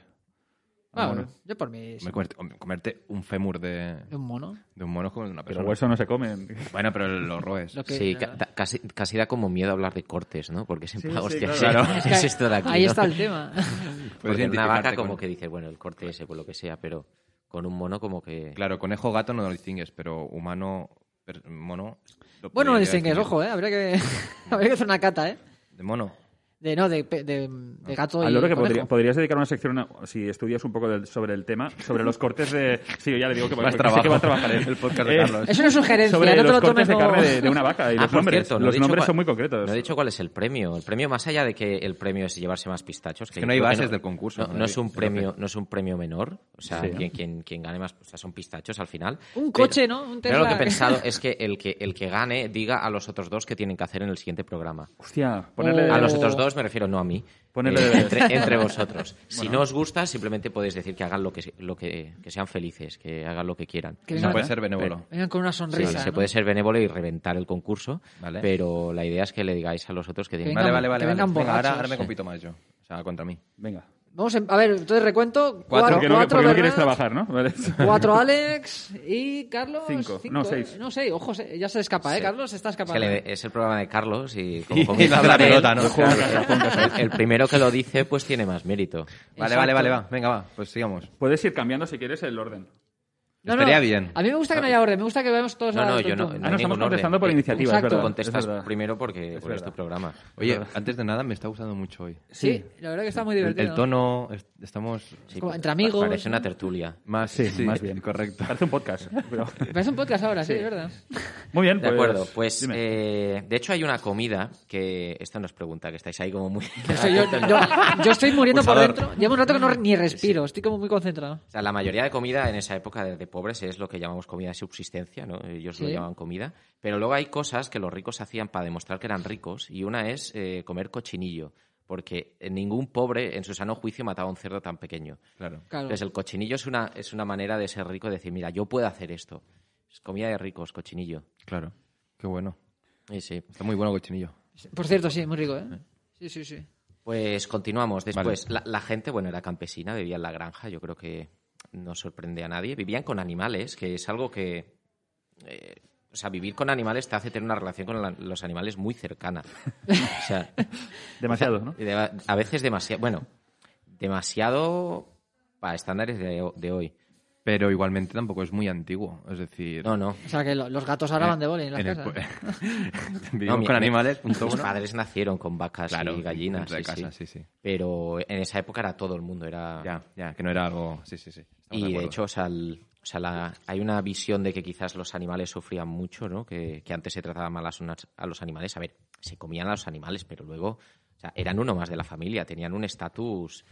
Ah, mono. Yo por mí... sí. Me comerte, comerte un fémur de, Un mono. de un mono es como de una Pero persona. hueso no se comen. Bueno, pero lo roes. Lo que- Sí, ca- da- casi, casi da como miedo hablar de cortes, ¿no? Porque siempre, Sí, sí, hostia, claro. sí, es esto de aquí. Ahí ¿no? está el tema. Puedes Porque en una identificarte vaca con- como que dice, bueno, el corte ese, por lo que sea, pero con un mono como que... Claro, conejo gato no lo distingues, pero humano, per- mono... lo Bueno, no podría distingues, distinguir. ojo, ¿eh? Habría que, habría que hacer una cata, ¿eh? De mono. De, no, de, pe- de, de gato y Al loro que conejo. podría- podrías dedicar una sección, a- si estudias un poco del- sobre el tema, sobre los cortes de... Sí, yo ya le digo que, va- Más que trabajo. sí que va a trabajar él. El podcast de Eh, Carlos. Es una sugerencia, sobre no te los lo cortes tomes de como- carne de, de una vaca y Ah, los por nombres. cierto, no he los dicho nombres cuál- son muy concretos. No he dicho cuál es el premio. El premio, más allá de que el premio es llevarse más pistachos... que yo no hay creo bases del concurso, No, ¿no? no es un Entonces- premio, no es un premio menor. O sea, Sí. quien, quien, quien gane más, o sea, son pistachos al final. Un Pero- coche, ¿no? Un Pero lo que he Tesla. pensado es que el, que el que gane diga a los otros dos que tienen que hacer en el siguiente programa. Hostia, ponerle... Oh. A deberes. los otros dos me refiero, no a mí. Ponerle Eh, deberes. entre, entre vosotros. Si no os gusta, simplemente podéis decir que hagan lo que, se- lo que, que sean felices, que hagan lo que quieran. Que O sea, vengan- puede ser benévolo. Vengan con una Sí, sonrisa, se ¿no? puede ser benévolo y reventar el concurso, Vale. pero la idea es que le digáis a los otros que tienen vengan- Vale, vale, vale. que vale. vengan Venga, ahora, borrachos. ahora me compito más yo. O sea, contra mí. Venga. Vamos a, a ver, entonces recuento. Cuatro, Porque no, cuatro, porque no quieres Bernat, trabajar, ¿no? Vale. Cuatro Alex y Carlos. Cinco. No, ¿eh? seis. No, seis. Ojo, se- ya se escapa, ¿eh? Sí. Carlos se está Es, que escapando. le- es el programa de Carlos y como Y comienza no habla él, pelota, ¿no? pues, Juega claro, el, el primero que lo dice pues tiene más mérito. Vale, vale, vale, va. Venga, va. Pues sigamos. Puedes ir cambiando si quieres el orden. No, no, Estaría bien. A mí me gusta que no haya orden, me gusta que veamos todos No, a- no, yo no. tum, tum. Ah, no hay no, estamos ningún orden. contestando por Eh, iniciativa, Exacto. es verdad, Contestas es verdad. primero porque por verdad. este programa. Oye, antes de nada, me está gustando mucho hoy. Sí, la verdad que está muy El- divertido. El, tono, es- estamos Sí, como pa- entre amigos, Parece ¿no? una tertulia. más, Sí, más bien. correcto. Parece un podcast. pero- Parece un podcast ahora, sí, Sí. es verdad. Muy bien, De pues, acuerdo, pues dime. eh, de hecho hay una comida que esta nos pregunta, que estáis ahí como muy... O sea, yo, yo, yo estoy muriendo por Pulsador. dentro. Llevo un rato que no re- ni respiro, estoy como muy concentrado. O sea, la mayoría de comida en esa época de, de pobres es lo que llamamos comida de subsistencia, ¿no? Ellos lo Sí. llamaban comida. Pero luego hay cosas que los ricos hacían para demostrar que eran ricos y una es eh, comer cochinillo, porque ningún pobre en su sano juicio mataba a un cerdo tan pequeño. Claro. Claro. Entonces el cochinillo es una, es una manera de ser rico y decir, mira, yo puedo hacer esto. Es comida de ricos, cochinillo. Claro. Qué bueno. Sí, sí. Está muy bueno, cochinillo. Por cierto, sí, muy rico, ¿eh? Sí, sí, sí. Pues continuamos. Después, la, la gente, bueno, era campesina, vivía en la granja, yo creo que no sorprende a nadie. Vivían con animales, que es algo que... eh, o sea, vivir con animales te hace tener una relación con la- los animales muy cercana. O sea, Demasiado, ¿no? de- a veces demasiado... Bueno, demasiado para estándares de, de hoy. Pero igualmente tampoco es muy antiguo. Es decir. No, no. O sea que lo- los gatos ahora van de boli en las Eh, el casas. pu- No, Vivimos mi- con mi- animales, punto Mis uno. padres nacieron con vacas Claro, y gallinas. dentro de sí, sí. casa, sí, sí. Pero en esa época era todo el mundo, era... Ya, ya, que no era algo. Sí, sí, sí. Estamos Y de acuerdo. hecho, o sea, el- o sea, la- hay una visión de que quizás los animales sufrían mucho, ¿no? Que, que antes se trataba mal a, su- a los animales. A ver, se comían a los animales, pero luego o sea, eran uno más de la familia, tenían un estatus.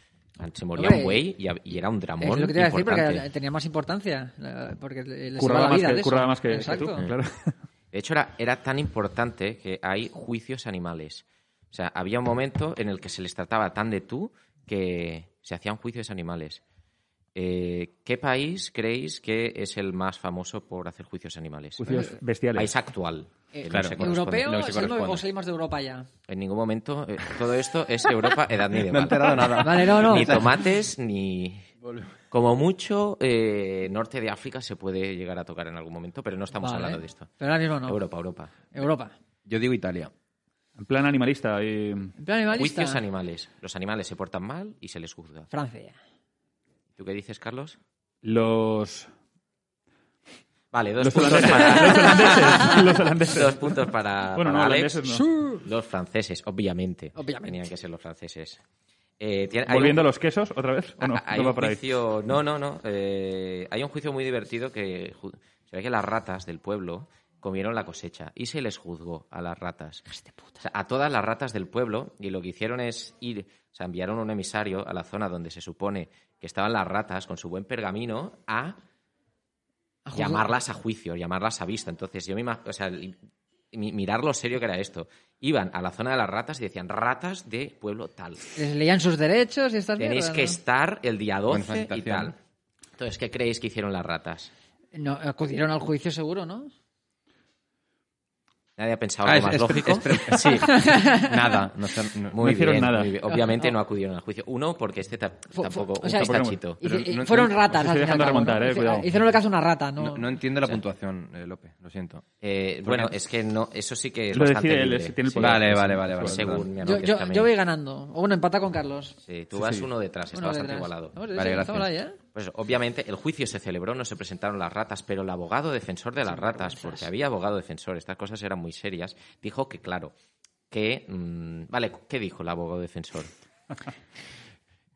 Se moría Hombre, un güey y, a- y era un dramón. Es lo que te iba a decir, porque importante. tenía más importancia. la- Porque les Curraba salvaba la más, vida que, de eso. curraba más que- que Exacto. tú, claro. De hecho, era, era tan importante que hay juicios animales. O sea, había un momento en el que se les trataba tan de tú que se hacían juicios animales. Eh, ¿Qué país creéis que es el más famoso por hacer juicios animales? Juicios bestiales. País actual. Eh, que no Claro. se corresponde. ¿Europeo no o se salimos- corresponde. o salimos de Europa ya? En ningún momento eh, todo esto es Europa edad No he medieval. enterado nada. Vale, no, no. Ni tomates, ni... Como mucho, eh, norte de África se puede llegar a tocar en algún momento, pero no estamos Vale. hablando de esto. Pero ahora mismo no. Europa, Europa. Europa. Yo digo Italia. En plan animalista. Y... En plan animalista. Juicios animales. Los animales se portan mal y se les juzga. Francia. ¿Tú qué dices, Carlos? Los... Vale, dos Los puntos holandeses. para... Los holandeses. Los holandeses. dos puntos para, Bueno, para no, Alex. holandeses no. Los franceses, obviamente. Obviamente. Tenían que ser los franceses. Eh, tiene- hay un- Volviendo a los quesos, otra vez. ¿O no? Ah, Hay No va un por ahí. juicio. No, no, no. eh, hay un juicio muy divertido que ju- se ve que las ratas del pueblo comieron la cosecha y se les juzgó a las ratas. O sea, a todas las ratas del pueblo y lo que hicieron es ir, o sea, enviaron un emisario a la zona donde se supone que estaban las ratas con su buen pergamino a A juzgar. llamarlas a juicio, llamarlas a vista. Entonces, yo me imagino, o sea, el- mi- mirar lo serio que era esto. Iban a la zona de las ratas y decían, ratas de pueblo tal. Les leían sus derechos y estas Tenéis mierdas, que ¿no? estar el día Buena 12 y felicitación. tal. Entonces, ¿qué creéis que hicieron las ratas? No, acudieron al juicio seguro, ¿no? Nadie ha pensado Ah, algo es- más es- lógico. es- sí. Nada. No, sé- no- Muy hicieron bien, nada. muy bien. Obviamente no acudieron al juicio. Uno, porque este ta- Fu- fu- tampoco, o sea, un tampoco pistachito. Hici- Pero no- fueron no- ratas. os al estoy fin y al cabo, ¿no? dejando remontar, eh, Hici- cuidado. Hicieron lo que hace una rata, ¿no? no- no entiendo la puntuación, eh, Lope. Lo siento. Eh, bueno, es que no, eso sí que es Lo bastante decide él, libre. si tiene el Sí, poder. Vale, vale, vale, vale. Según mi yo, yo, anotación yo voy también. ganando. O bueno, empata con Carlos. Sí, tú vas uno detrás, está Uno bastante detrás. igualado. Vamos, sí, Vale, estamos ahí, gracias. ¿eh? Pues obviamente el juicio se celebró, no se presentaron las ratas, pero el abogado defensor de las ratas, porque había abogado defensor, estas cosas eran muy serias, dijo que claro, que... mm, vale, ¿qué dijo el abogado defensor?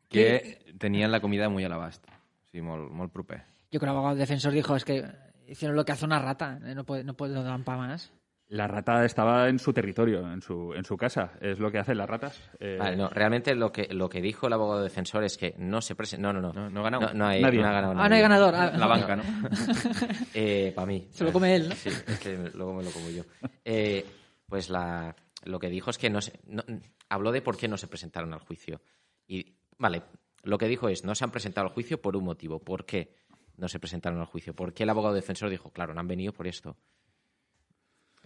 Que tenían la comida muy alabasta. Sí, molt, molt proper. Yo creo que el abogado defensor dijo, es que hicieron lo que hace una rata. eh, No puede, no puede, no dan pa' más. La rata estaba en su territorio, en su, en su casa. Es lo que hacen las ratas. Eh, Vale, no, realmente lo que, lo que dijo el abogado defensor es que no se presentó... No, no, no. No, no ha ganado. No, no hay, Nadie. no ha ganado Ah, no hay ganador. Ah, La banca, ¿no? Para Eh, mí. Se lo come él, ¿no? Sí, es que luego me lo como yo. Eh, pues la, lo que dijo es que no se... no- habló de por qué no se presentaron al juicio. Y, vale, lo que dijo es, no se han presentado al juicio por un motivo. ¿Por qué no se presentaron al juicio? ¿Por qué el abogado defensor dijo, claro, no han venido por esto?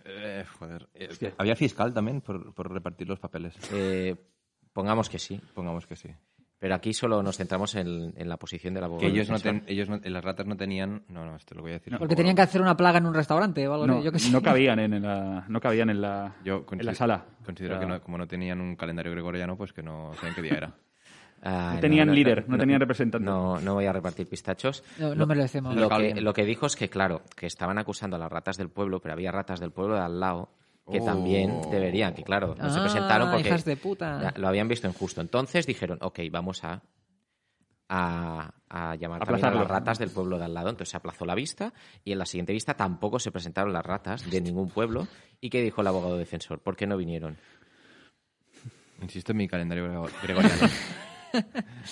Eh, joder. Eh, había fiscal también por, por repartir los papeles. Eh, pongamos que sí. Pongamos que sí. Pero aquí solo nos centramos en, en la posición del Que abogado ellos no, defensor. ten- ellos no- eh, las ratas no tenían... No, no, esto lo voy a decir. Porque tenían que hacer una plaga en un restaurante o algo. No, yo qué sé. no cabían en, en la, no cabían en la, Yo en la consi- sala. Considero Era- que no- como no tenían un calendario gregoriano, pues que no sabían qué día era. Ah, No tenían líder, no tenían representante. No, no voy a repartir pistachos. No, no me lo decimos. Lo que, Caliente. lo que dijo es que, claro, que estaban acusando a las ratas del pueblo, pero había ratas del pueblo de al lado que Oh. también deberían, que claro, no se Ah, presentaron porque hijas de puta. ya lo habían visto injusto. Entonces dijeron, ok, vamos a, a, a llamar también a Aplazarlo. las ratas del pueblo de al lado. Entonces se aplazó la vista y en la siguiente vista tampoco se presentaron las ratas de ningún pueblo. ¿Y qué dijo el abogado defensor? ¿Por qué no vinieron? Insisto en mi calendario grego- gregoriano.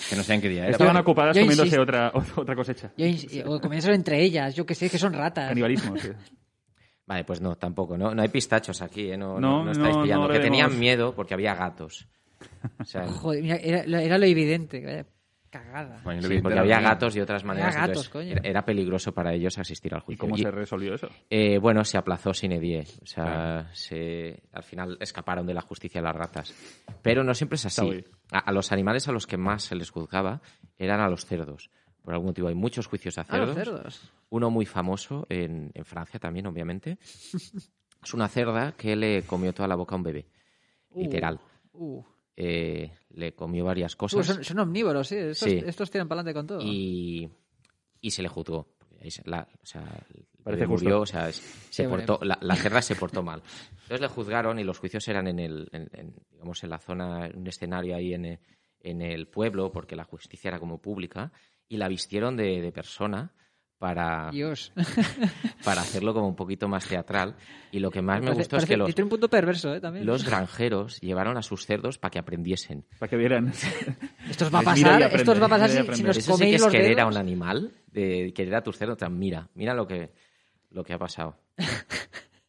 que no sé en qué día era. Estaban pero- ocupadas yo comiéndose insisto. otra, otra cosecha. Yo ins- o comienzo entre ellas, yo que sé, que son ratas. Canibalismo, sí. Vale, pues no, tampoco. No, no hay pistachos aquí, ¿eh? no, No, no, no estáis no, pillando. no que tenían bebemos. miedo porque había gatos. O sea, Joder, mira, era, era lo evidente, vaya cagada. Bueno, y lo sí, vi porque entero había también. gatos y otras maneras. gatos, entonces coño. Era, era peligroso para ellos asistir al Pues ¿Y juicio. cómo Y, se resolvió eso? eh, bueno, se aplazó sin edie. O sea, Claro. se, al final escaparon de la justicia las ratas. Pero no siempre es así. bien. A, a los animales a los que más se les juzgaba eran a los cerdos. Por algún motivo hay muchos juicios a Ah, cerdos. los cerdos. uno muy famoso en, en Francia también, obviamente. es una cerda que le comió toda la boca a un bebé. Uh, Literal. uh. Eh, le comió varias Uh, cosas son, son omnívoros, sí. Estos, Sí. estos tiran para adelante con todo. y, y se le juzgó. Ahí se- la- o sea, el Parece bebé justo. murió, o sea, es- se Sí, hombre. portó, la, la cerda se portó mal. Entonces le juzgaron y los juicios eran en el, en- en, digamos, en la zona, en un escenario ahí en, e- en el pueblo, porque la justicia era como pública, y la vistieron de, de persona para, Dios. para hacerlo como un poquito más teatral. Y lo que más me Parece- gustó es que parece- los, Y tiene un punto perverso, ¿eh? También. los granjeros llevaron a sus cerdos para que aprendiesen. Para que vieran. Estos va a Pues mira y pasar, aprende, estos va a pasar mira si, y si aprende. nos Eso sí que coméis es los querer a dedos. un animal, de querer a tus cerdos. tan, Mira, mira lo que, lo que ha pasado.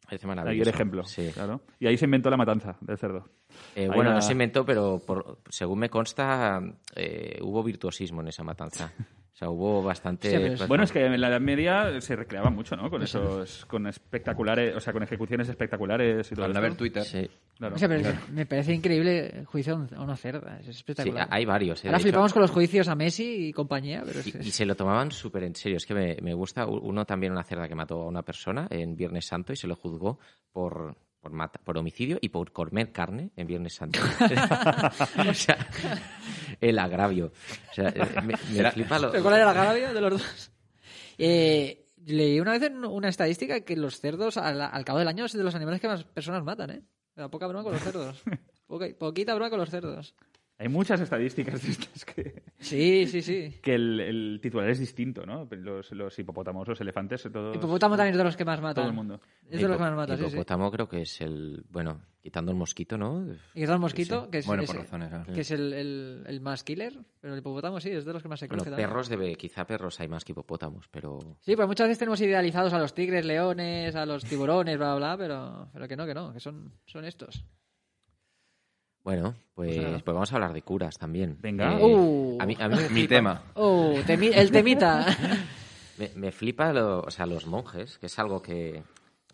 Parece maravilloso. Ahí el ejemplo. Sí. Claro. Y ahí se inventó la matanza del cerdo. Eh, Hay bueno, una- no se inventó, pero por- según me consta, eh, hubo virtuosismo en esa matanza. O sea, hubo bastante... Sí, pero es- Bueno, es que en la Edad Media se recreaba mucho, ¿no? Con esos, con espectaculares, o sea, con ejecuciones espectaculares y todo. Al no esto. haber Twitter. Sí, Claro. O sea, pero es- Claro. Me parece increíble el juicio a un- a una cerda. Es sí, espectacular. a- hay varios. eh, Ahora de hecho. flipamos con los juicios a Messi y compañía, pero es- Y, y se lo tomaban súper en serio. Es que me, me gusta u- uno también, una cerda que mató a una persona en Viernes Santo y se lo juzgó por, por, mata- por homicidio y por comer carne en Viernes Santo. o sea, el agravio. O sea, eh, me, me flipa lo- ¿Pero cuál era la garabia de los dos? Eh, leí una vez en una estadística que los cerdos al, al cabo del año es de los animales que más personas matan, ¿eh? O sea, poca broma con los cerdos. Poca- poquita broma con los cerdos. Hay muchas estadísticas de estas que, Sí, sí, sí. que el, el titular es distinto, ¿no? Los, los hipopótamos, los elefantes, todos, Hipopótamo también es de los que más matan. todo el mundo. Es de los que más Hipo- matan, sí, sí. hipopótamo creo que es el... Bueno, quitando el mosquito, ¿no? Y quizá el mosquito, que es, Bueno, es- por razones, claro. que es el, el- el más killer, pero el hipopótamo sí, es de los que más se Bueno, cruje también. perros debe... Quizá perros hay más que hipopótamos, pero... Sí, pues muchas veces tenemos idealizados a los tigres, leones, a los tiburones, bla, bla, bla, pero, pero que no, que no, que son, son estos. Bueno, pues, Pues nada. pues vamos a hablar de curas también. Eh, Venga. Uh. a mí- a mí me Mi flipa- tema. Oh, temi- el temita. Me, me flipa lo- o sea, los monjes, que es algo que.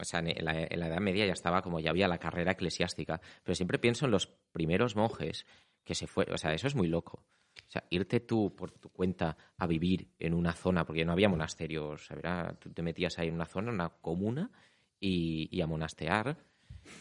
O sea, en la, en la Edad Media ya estaba como ya había la carrera eclesiástica, pero siempre pienso en los primeros monjes que se fueron. O sea, eso es muy loco. O sea, irte tú por tu cuenta a vivir en una zona, porque no había monasterios, o sea, era- tú te metías ahí en una zona, en una comuna, y, y a monastear.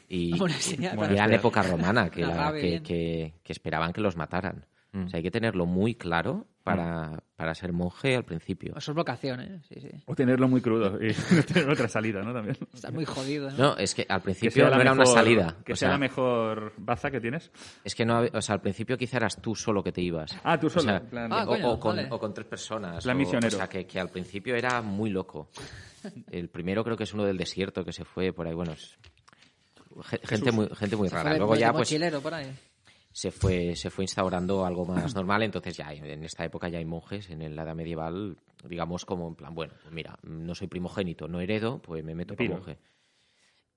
Y, A monastear. y era la época romana, que, Ah, la- bien, que- bien. que- que esperaban que los mataran. Mm. O sea, hay que tenerlo muy claro para, para ser monje al principio. Eso es vocación, ¿eh? Sí, sí. O tenerlo muy crudo y no tener otra salida, ¿no? También. Estás muy jodido. ¿eh? ¿no? No, es que al Que principio sea no la era una mejor- salida. Que o sea sea, la mejor baza que tienes. es que no, hab- o sea, al principio quizá eras tú solo que te ibas. Ah, tú O solo, sea, en plan- Ah, o, coño, o con, vale. o con tres personas. Plan o- misionero. O sea, que, que al principio era muy loco. El primero creo que es uno del desierto que se fue por ahí. Bueno, es- ge- gente muy, gente muy Fue rara. de- Luego de ya pues mochilero por ahí. se fue, se fue instaurando algo más normal. Entonces ya hay- en esta época ya hay monjes en la edad medieval, digamos como en plan, bueno, pues mira, no soy primogénito, no heredo, pues me meto Me piro. como monje.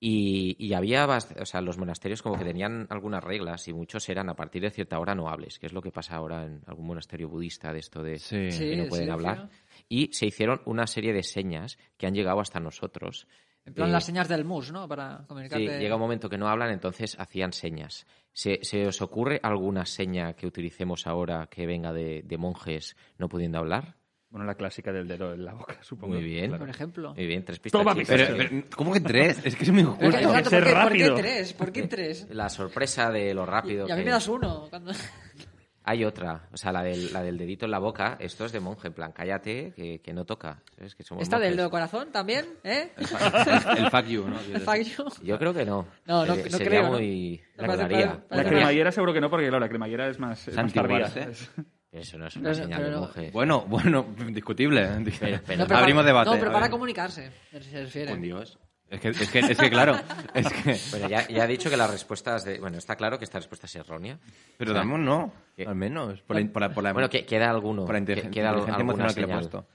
Y, y había, bast- o sea, los monasterios como que tenían algunas reglas y muchos eran a partir de cierta hora no hables, que es lo que pasa ahora en algún monasterio budista de esto de Sí. Sí. que no pueden sí, hablar. claro. Y se hicieron una serie de señas que han llegado hasta nosotros. En plan Eh, las señas del mus, ¿no? Para Sí, comunicarte. llega un momento que no hablan, entonces hacían señas. ¿Se, se os ocurre alguna seña que utilicemos ahora que venga de, de monjes no pudiendo hablar? Bueno, la clásica del dedo en la boca, supongo. Muy bien. Por ejemplo. Muy bien, tres pistas. Toma, Pero, Sí. pero, ¿cómo que tres? Es que es muy Pero injusto. que- que ¿por ser qué- ¿Por qué rápido. tres? ¿Por qué tres? La sorpresa de lo rápido Y a mí que- me das uno. cuando- Hay otra, o sea, la del, la del dedito en la boca. Esto es de monje, en plan, cállate, que, que no toca. ¿sabes? Que somos ¿Esta del monjes. dedo corazón también? ¿Eh? El fuck you, ¿no? El fuck you. Yo creo que no. No, no- Sería- no sería creo, ¿no? muy... Me parece- parece- La la colaría. La crema- colaría. cremallera seguro que no, porque claro, la cremallera es más, es más tardía. Antiguarse. ¿eh? Eso no es Pero- una señal de pero- monje. Bueno, bueno, discutible. ¿eh? pero- pero Abrimos para- debate. No, pero a para ver. comunicarse, se refiere. Con Dios. Es que, es que, es que claro, es que... Bueno, ya, ya he dicho que las respuestas de... Bueno, está claro que esta respuesta es errónea. Pero dame un no, ¿Qué? al menos. Por, la- por la- por la- Bueno, que, queda alguno. por la que- inteligen- queda al- inteligencia alguna emocional que le he señal. puesto.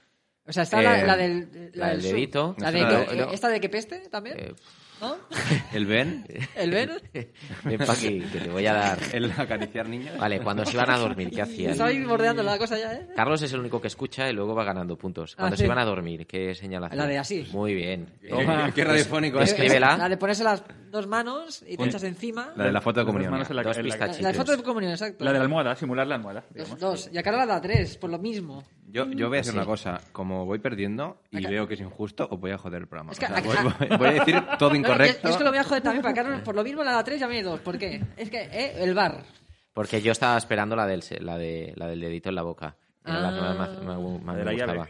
O sea, está la, Eh, la del, la del dedito. La de, Nosotros- que- no- no. ¿Esta de que peste también? Eh, ¿No? El Ben, ¿El ven? Ven pa' aquí, que te voy a dar... el acariciar niños. Eh, Vale, cuando se iban a dormir, ¿qué hacían? Estabais bordeando la cosa ya, ¿eh? Carlos es el único que escucha y luego va ganando puntos. Ah, Cuando sí. se iban a dormir, ¿qué señal hacía? La de así. Muy bien. Qué- Qué radiofónico. ¿eh? Es- escribe- Escríbela. La de ponerse las dos manos y te echas encima. La de la foto de Las comunión. manos en la- Dos en la- pistachitos. La de foto de comunión, exacto. La de la almohada, simular la almohada. Dos, digamos. dos. Y a Carla la da tres, por lo mismo. Yo, yo voy a hacer una cosa. Como voy perdiendo y veo que es injusto, os voy a joder el programa. Es que O sea, a- voy, voy- voy a decir todo No, no, incorrecto. yo- yo es que lo voy a joder también para Carlos, por lo mismo la da tres y a mí dos. ¿Por qué? Es que, ¿eh? El bar. Porque yo estaba esperando la del, se- la de, la del dedito en la boca. Era la que más, Ah. más- más de la me llave. gustaba.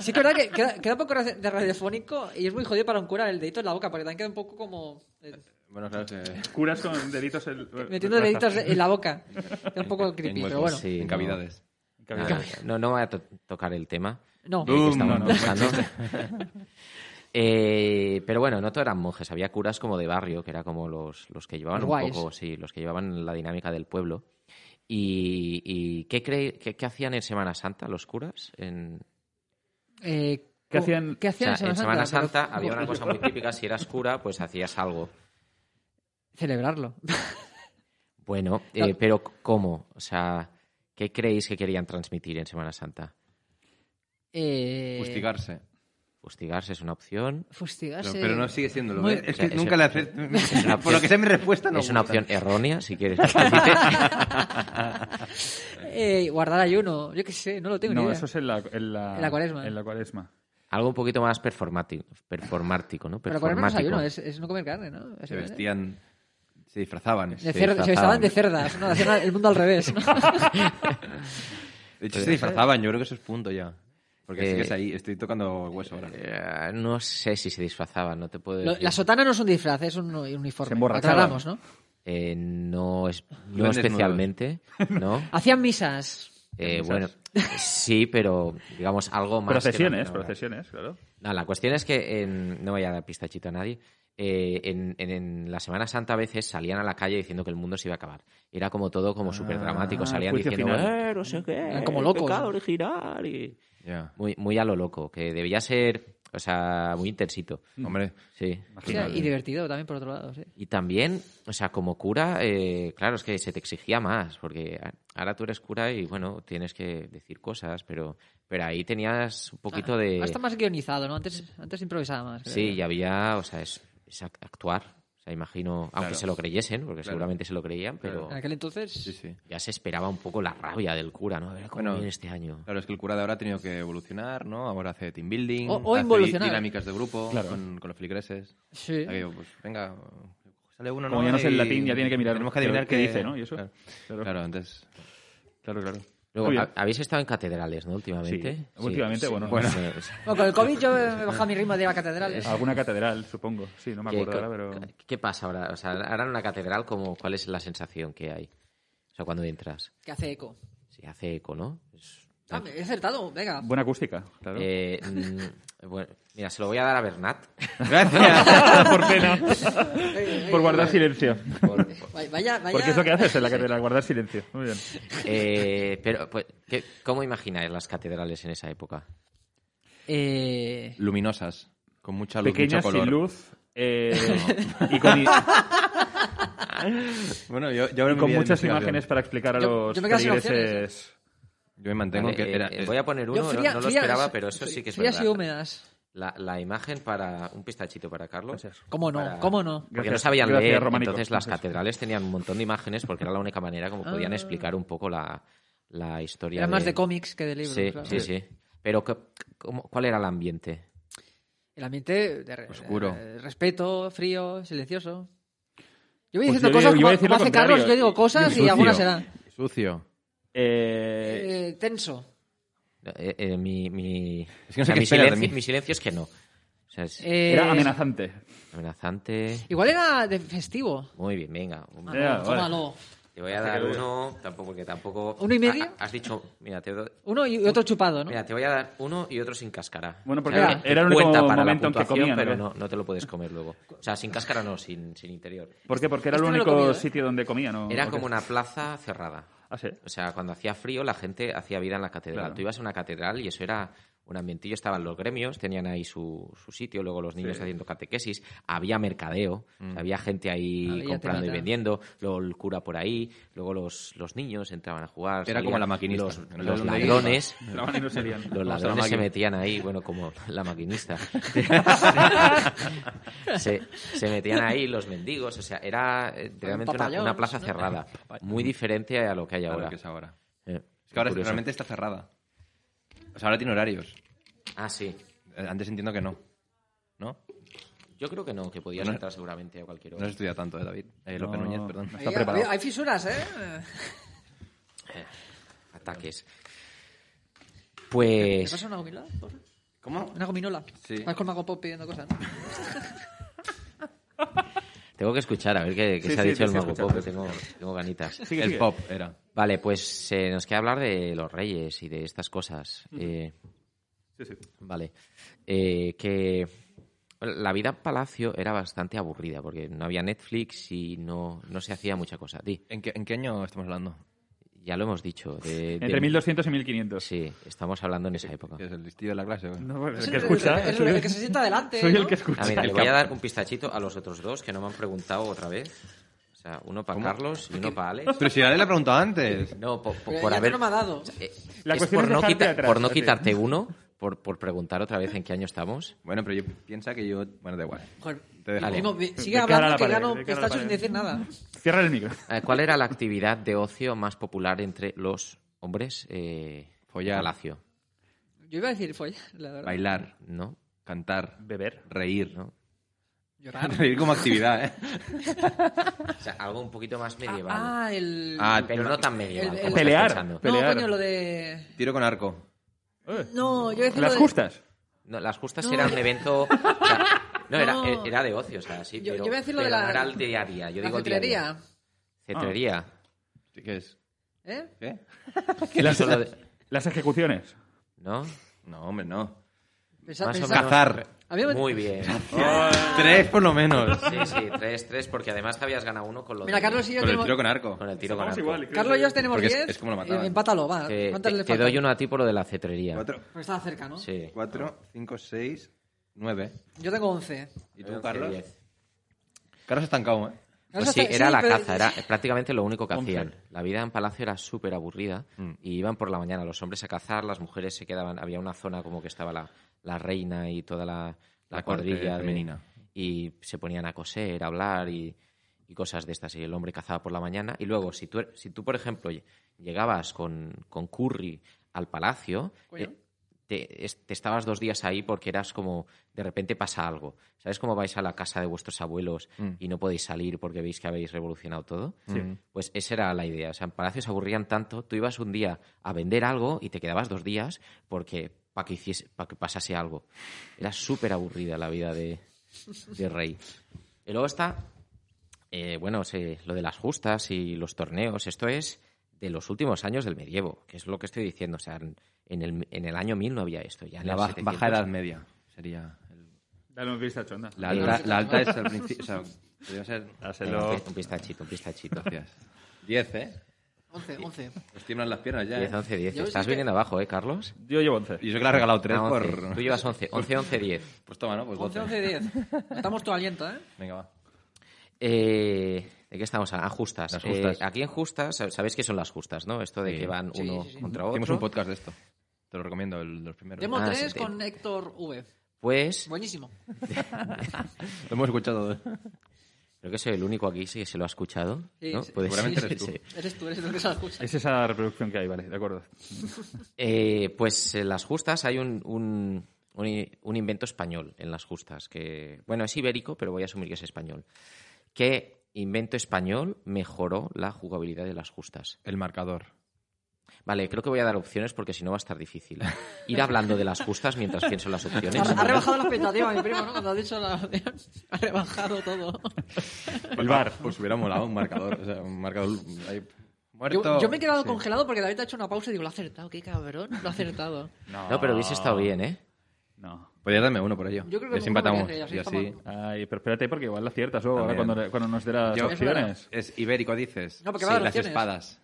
Sí, que es verdad que queda, queda un poco de radiofónico y es muy jodido para un cura el dedito en la boca, porque también queda un poco como. eh, Bueno, claro que... Curas con deditos... en- metiendo deditos en la boca. Queda un poco creepy, en pero huecos, bueno. Sí, en no. cavidades. Ah, No, no voy a to- tocar el tema. No. eh, que Boom, estamos no, no, pensando. Eh, pero bueno, no todos eran monjes. Había curas como de barrio, que era como los, los que llevaban Los un guays. poco, sí, los que llevaban la dinámica del pueblo. ¿Y, y ¿qué, cree- qué- qué hacían en Semana Santa los curas? En, Eh, ¿Qué hacían- ¿Qué o sea, hacían en Semana Santa Pero- había una cosa muy típica, si eras cura, pues hacías algo. Celebrarlo. Bueno, eh, Claro. pero ¿cómo? O sea, ¿qué creéis que querían transmitir en Semana Santa? Eh, Fustigarse. Fustigarse es una opción. Pero, Fustigarse. pero no sigue siendo lo Muy- ¿ves? Es O sea, que es- nunca la he... una Por lo que sea mi respuesta, no es una gusta. opción errónea, si quieres. que te diga. Eh, guardar ayuno. Yo qué sé, no lo tengo ni No, idea. eso es en la, en la, En la cuaresma. En la cuaresma. Algo un poquito más performático, performático ¿no? Pero por lo menos Performático. ayuno es, es no comer carne, ¿no? Se vestían... Se disfrazaban. De De se cerda- se estaban disfrazaban. de cerdas, ¿no? Hacían el mundo al revés, ¿no? hecho, se disfrazaban. Yo creo que eso es punto ya. Porque Eh, sigues ahí. Estoy tocando hueso ahora. Eh, no sé si se disfrazaba, no te puedo Lo- decir. la sotana no es un disfraz, es un un uniforme. Se emborrachaban. Aclaramos, ¿no? Eh, no es, no Iban desnudos. especialmente, ¿no. Hacían misas. Eh, bueno, sí, pero digamos algo más. que la Procesiones, menor. procesiones, claro. No, la cuestión es que en- no voy a dar pistachito a nadie. eh, en, en- en la Semana Santa a veces salían a la calle diciendo que el mundo se iba a acabar. Era como todo como súper dramático. Ah, Salían juicio diciendo, final. Ah, "Eh, no sé qué, Eran como el locos, pecado ¿no? original", y- Ya. Muy, muy a lo loco, que debía ser, o sea, muy intensito. Hombre, Sí. O sea, y divertido también, por otro lado, sí. Y también, o sea, como cura, eh, claro, es que se te exigía más, porque a- ahora tú eres cura y, bueno, tienes que decir cosas, pero, pero ahí tenías un poquito de... Ahora está Ah, más guionizado, ¿no? Antes, antes improvisaba más. creo Sí, yo. y había, o sea, es, es ac- actuar. O sea, imagino, aunque se lo creyesen, porque seguramente se lo creían, pero En aquel entonces. sí, sí. ya se esperaba un poco la rabia del cura, ¿no? A ver cómo Bueno, viene este año. Claro, es que el cura de ahora ha tenido que evolucionar, ¿no? Ahora hace team building, O- o hace involucionar. dinámicas de grupo Claro. con, con los feligreses. Sí. Aquello, pues venga, sale uno Como nuevo ya no sé y el latín, ya tiene que mirar Tenemos que adivinar qué- qué, qué dice, ¿no? Y eso. Claro, Claro. claro, entonces. Claro, claro. Luego, Muy bien. ha- habéis estado en catedrales, ¿no? Últimamente. Sí. Últimamente, bueno. sí, sí. Bueno, con el COVID yo he bajado mi ritmo de ir a catedrales. Alguna catedral, supongo. Sí, no me ¿Qué, acuerdo ahora, pero... qué- qué pasa ahora? O sea, ahora en una catedral, como, ¿cuál es la sensación que hay? O sea, cuando entras. Que hace eco. Si hace eco, ¿no? Es- Ah, me he acertado, venga. Buena acústica, claro. Eh, mm, bueno, mira, se lo voy a dar a Bernat. Gracias. por pena, por guardar silencio. Vaya, eh, vaya. Porque es lo que haces en la catedral, guardar silencio. Muy bien. Eh, pero, pues, ¿qué- ¿cómo imagináis las catedrales en esa época? Eh, Luminosas, con mucha luz, Pequeña, mucho color. sin luz... eh, y con, y- y Bueno, yo, yo ahora me con voy a muchas investigación. imágenes para explicar a Yo- los yo me quedo sin feligreses. Yo me mantengo Vale, que eh, era. eh, voy a poner uno, yo no- fría- no, lo frías- esperaba, pero eso sí que es frías y verdad. húmedas. La, la imagen para un pistachito para Carlos. ¿Cómo no? Para- ¿Cómo no? Porque no Gracias, sabían gracias, leer, románico. entonces las catedrales tenían un montón de imágenes porque era la única manera como podían explicar un poco la, la historia. Ah. Era más de cómics que de libros. Sí, claro. sí, sí. Pero, ¿qué- cómo- ¿cuál era el ambiente? El ambiente de re- Oscuro. eh, respeto, frío, silencioso. Yo voy Pues diciendo yo cosas digo- yo como, voy a decir como lo hace Carlos, contrario. yo digo cosas y Sucio. algunas serán. Sucio. Eh, Eh, tenso. Eh, eh, mi, mi, Es que no sé qué mi, esperas de silencio, mí. mi silencio es que no. O sea, es Eh, era amenazante. amenazante. Igual era de festivo. Muy bien, venga. Ah, Ya, no, vale. tómalo. Te voy a dar uno, tampoco, porque tampoco. ¿Uno y medio? Ha- ha- Has dicho, mira te, do- Uno y otro chupado, ¿no? Ah. mira, te voy a dar uno y otro sin cáscara. Bueno, porque era- que era el único cuenta para la momento en que puntuación, comían, Pero ¿no? no, no te lo puedes comer luego. O sea, sin cáscara no, sin, sin interior. ¿Por qué? Porque era Este el me lo he único comido, ¿eh? sitio donde comía, ¿no? Era ¿O como qué? una plaza cerrada. Ah, sí. O sea, cuando hacía frío, la gente hacía vida en la catedral. Claro. Tú ibas a una catedral y eso era un ambientillo. Estaban los gremios, tenían ahí su, su sitio, luego los niños haciendo catequesis. Había mercadeo, Mm. o sea, había gente ahí Ah, Había comprando temata. y vendiendo. Luego el cura por ahí, luego los, los niños entraban a jugar. Era como la maquinista. Los, Era los donde ladrones. Pero bueno, no serían. Los la ladrones se máquina. metían ahí, bueno, como la maquinista. se, se metían ahí los mendigos, o sea, era eh, realmente una, papayón, una plaza ¿no? cerrada, muy diferente a lo que hay a ahora. lo que es ahora. Eh, Es que ahora curioso. realmente está cerrada. O sea, ahora tiene horarios. Ah, sí. Eh, Antes entiendo que no. ¿No? Yo creo que no, que podías No. entrar seguramente a cualquier No hora. has estudiado tanto, ¿eh, David? Eh, López No. Núñez, perdón. Ahí Está hay- preparado. Hay, fisuras, ¿eh? Ataques. ¿Te Pues pasa una gominola? porfa? ¿Cómo? Una gominola. Sí. Vas con Mago Pop pidiendo cosas, ¿no? tengo que escuchar a ver qué, qué Sí, se ha sí, dicho sí, el Mago escucha, Pop, que escucha. tengo, tengo ganitas. Sigue, el sigue. pop era. Vale, pues eh, nos queda hablar de los reyes y de estas cosas. Eh, Sí, sí. Vale. Eh, que la vida en Palacio era bastante aburrida porque no había Netflix y no, no se hacía mucha cosa. Di, ¿En qué, en qué año estamos hablando? ya lo hemos dicho. de- de- Entre 1200 y 1500. Sí, estamos hablando en esa época. ¿Que ¿Es el listillo de la clase? o qué? No, pues, Es el que el- escucha. es el- soy el que se sienta delante, Soy el ¿no? que escucha. Ah, mira, le El voy a cap- dar un pistachito a los otros dos que no me han preguntado otra vez. O sea, uno para Carlos y uno para Alex. Pero si ya le he preguntado antes. No, po- po- por, Pero ya te haber. lo me ha dado. eh, La es cuestión por es no, dejarte quita- atrás, por no así. quitarte uno, por, por preguntar otra vez en qué año estamos. Bueno, pero yo piensa que yo... Bueno, da igual. Joder, Te dejo. mi primo, mi- De sigue cara a hablando la que pared, gano de cara a la pistachos sin pared. decir nada. Cierra el micro. Eh, ¿Cuál era la actividad de ocio más popular entre los hombres? Eh, Follar. Palacio, Yo iba a decir follar, la verdad. Bailar, ¿no? cantar, Beber. reír. ¿No? Llorar. Reír como actividad, ¿eh? O sea, algo un poquito más medieval. Ah, el... Ah, pero no tan medieval. el- como el- estás Pelear. pensando. no, pues pelear. coño, lo de... Tiro con arco. No, yo iba a decir lo Eh, Las de- justas. No, las justas No. era un evento. o sea, no, No. era, e-, era de ocio, o sea, sí. Yo- pero, yo iba a decir lo de pero la- no era el día a día. Yo la digo el día a día. cetrería, Cetrería. ¿Sí ¿Qué es? ¿eh? ¿Qué? Las, Eso lo de- las ejecuciones. ¿no? No, hombre, no. Pensa- Más o pensaba- menos. Cazar. Había- Muy bien. Tres, por lo menos. Sí, sí, tres, tres, porque además que habías ganado uno con lo Mira, de- Carlos y yo Con el tenemos... tiro con arco. con el tiro con arco. Carlos y yo tenemos Porque es- 10. es como lo mataban. Eh, Empátalo, va. Te, ¿Cuántas te- le te faltan? doy uno a ti por lo de la cetrería. Cuatro, Pues estaba cerca, ¿no? Sí. cuatro, cinco, seis, nueve. Yo tengo 11. ¿Y Once, tú, Carlos? diez. Carlos estancado, ¿eh? Pues Eso sí, está- era sí, la pero- caza, era prácticamente lo único que Once. hacían. La vida en palacio era súper aburrida y iban por la mañana los hombres a cazar, las mujeres se quedaban, había una zona como que estaba la, la reina y toda la, la La corte cuadrilla de- femenina. y se ponían a coser, a hablar y, y cosas de estas. Y el hombre cazaba por la mañana y luego si tú, er- si tú por ejemplo, lle- llegabas con, con curry al palacio... Coño. eh, te, es- te estabas dos días ahí porque eras como, de repente pasa algo. ¿Sabes cómo vais a la casa de vuestros abuelos y no podéis salir porque veis que habéis revolucionado todo? Pues esa era la idea. O sea, en Palacio se aburrían tanto, tú ibas un día a vender algo y te quedabas dos días porque para que, hiciese- pa' que pasase algo. Era súper aburrida la vida de, de rey. Y luego está, eh, bueno, se- lo de las justas y los torneos, esto es de los últimos años del medievo, que es lo que estoy diciendo. O sea, en en el, en el año 1000 no había esto. Ya en La el ba- 700. baja edad media sería... el- Dale un pistacho, anda. La alta, la alta es al principio... O sea, podría ser... Venga, Dáselo. Un pistachito, un pistachito. Gracias. Diez, ¿eh? 11, 11. Nos tiemblan las piernas ya, 10, ¿eh? 11, 10. Yo Estás sí que- viniendo abajo, ¿eh, Carlos? Yo llevo 11. Y yo que le he regalado tres Ah, 11. por... Tú llevas 11, 11, 11, 10. Pues toma, ¿no? Pues 11, 12. 11, 10. Estamos todo aliento, ¿eh? Venga, va. Eh, ¿De qué estamos? Ah, justas. Las justas. Eh, aquí en justas, sab- sabéis qué son las justas, ¿no? Esto de Sí. que van Sí, uno sí, sí. contra Hicimos otro. un podcast de esto. Te lo recomiendo, el- los primeros. Demo Ah, 3 sí, con Héctor V. Pues, Buenísimo. Lo hemos escuchado. ¿eh? creo que soy el único aquí sí, que se lo ha escuchado. Sí, ¿no? pues sí, Puede ser. seguramente eres tú. Eres tú, eres el que se la escucha. Es esa reproducción que hay, vale, de acuerdo. Eh, pues en las justas hay un, un- un i- un invento español en las justas, que, bueno, es ibérico, pero voy a asumir que es español, que invento español mejoró la jugabilidad de las justas. El marcador. Vale, creo que voy a dar opciones porque si no va a estar difícil. Ir hablando de las justas mientras pienso en las opciones. Ha, ha rebajado la expectativa, mi primo, ¿no? Cuando ha dicho la opción, ha rebajado todo. El bar. Pues hubiera molado un marcador. O sea, un marcador ahí, muerto. Yo, yo me he quedado Sí. congelado porque David ha hecho una pausa y digo, lo ha acertado, qué cabrón, lo ha acertado. No, pero hubiese estado bien, ¿eh? No. Podrías darme uno por ello. Yo Y creo que así nunca me empatamos. voy a hacer, Y así así. estamos- Ay, pero espérate porque igual la aciertas luego, ahora También. cuando, cuando nos dé las Yo- opciones. Es ibérico, dices. No, porque sí, va a dar las opciones. espadas.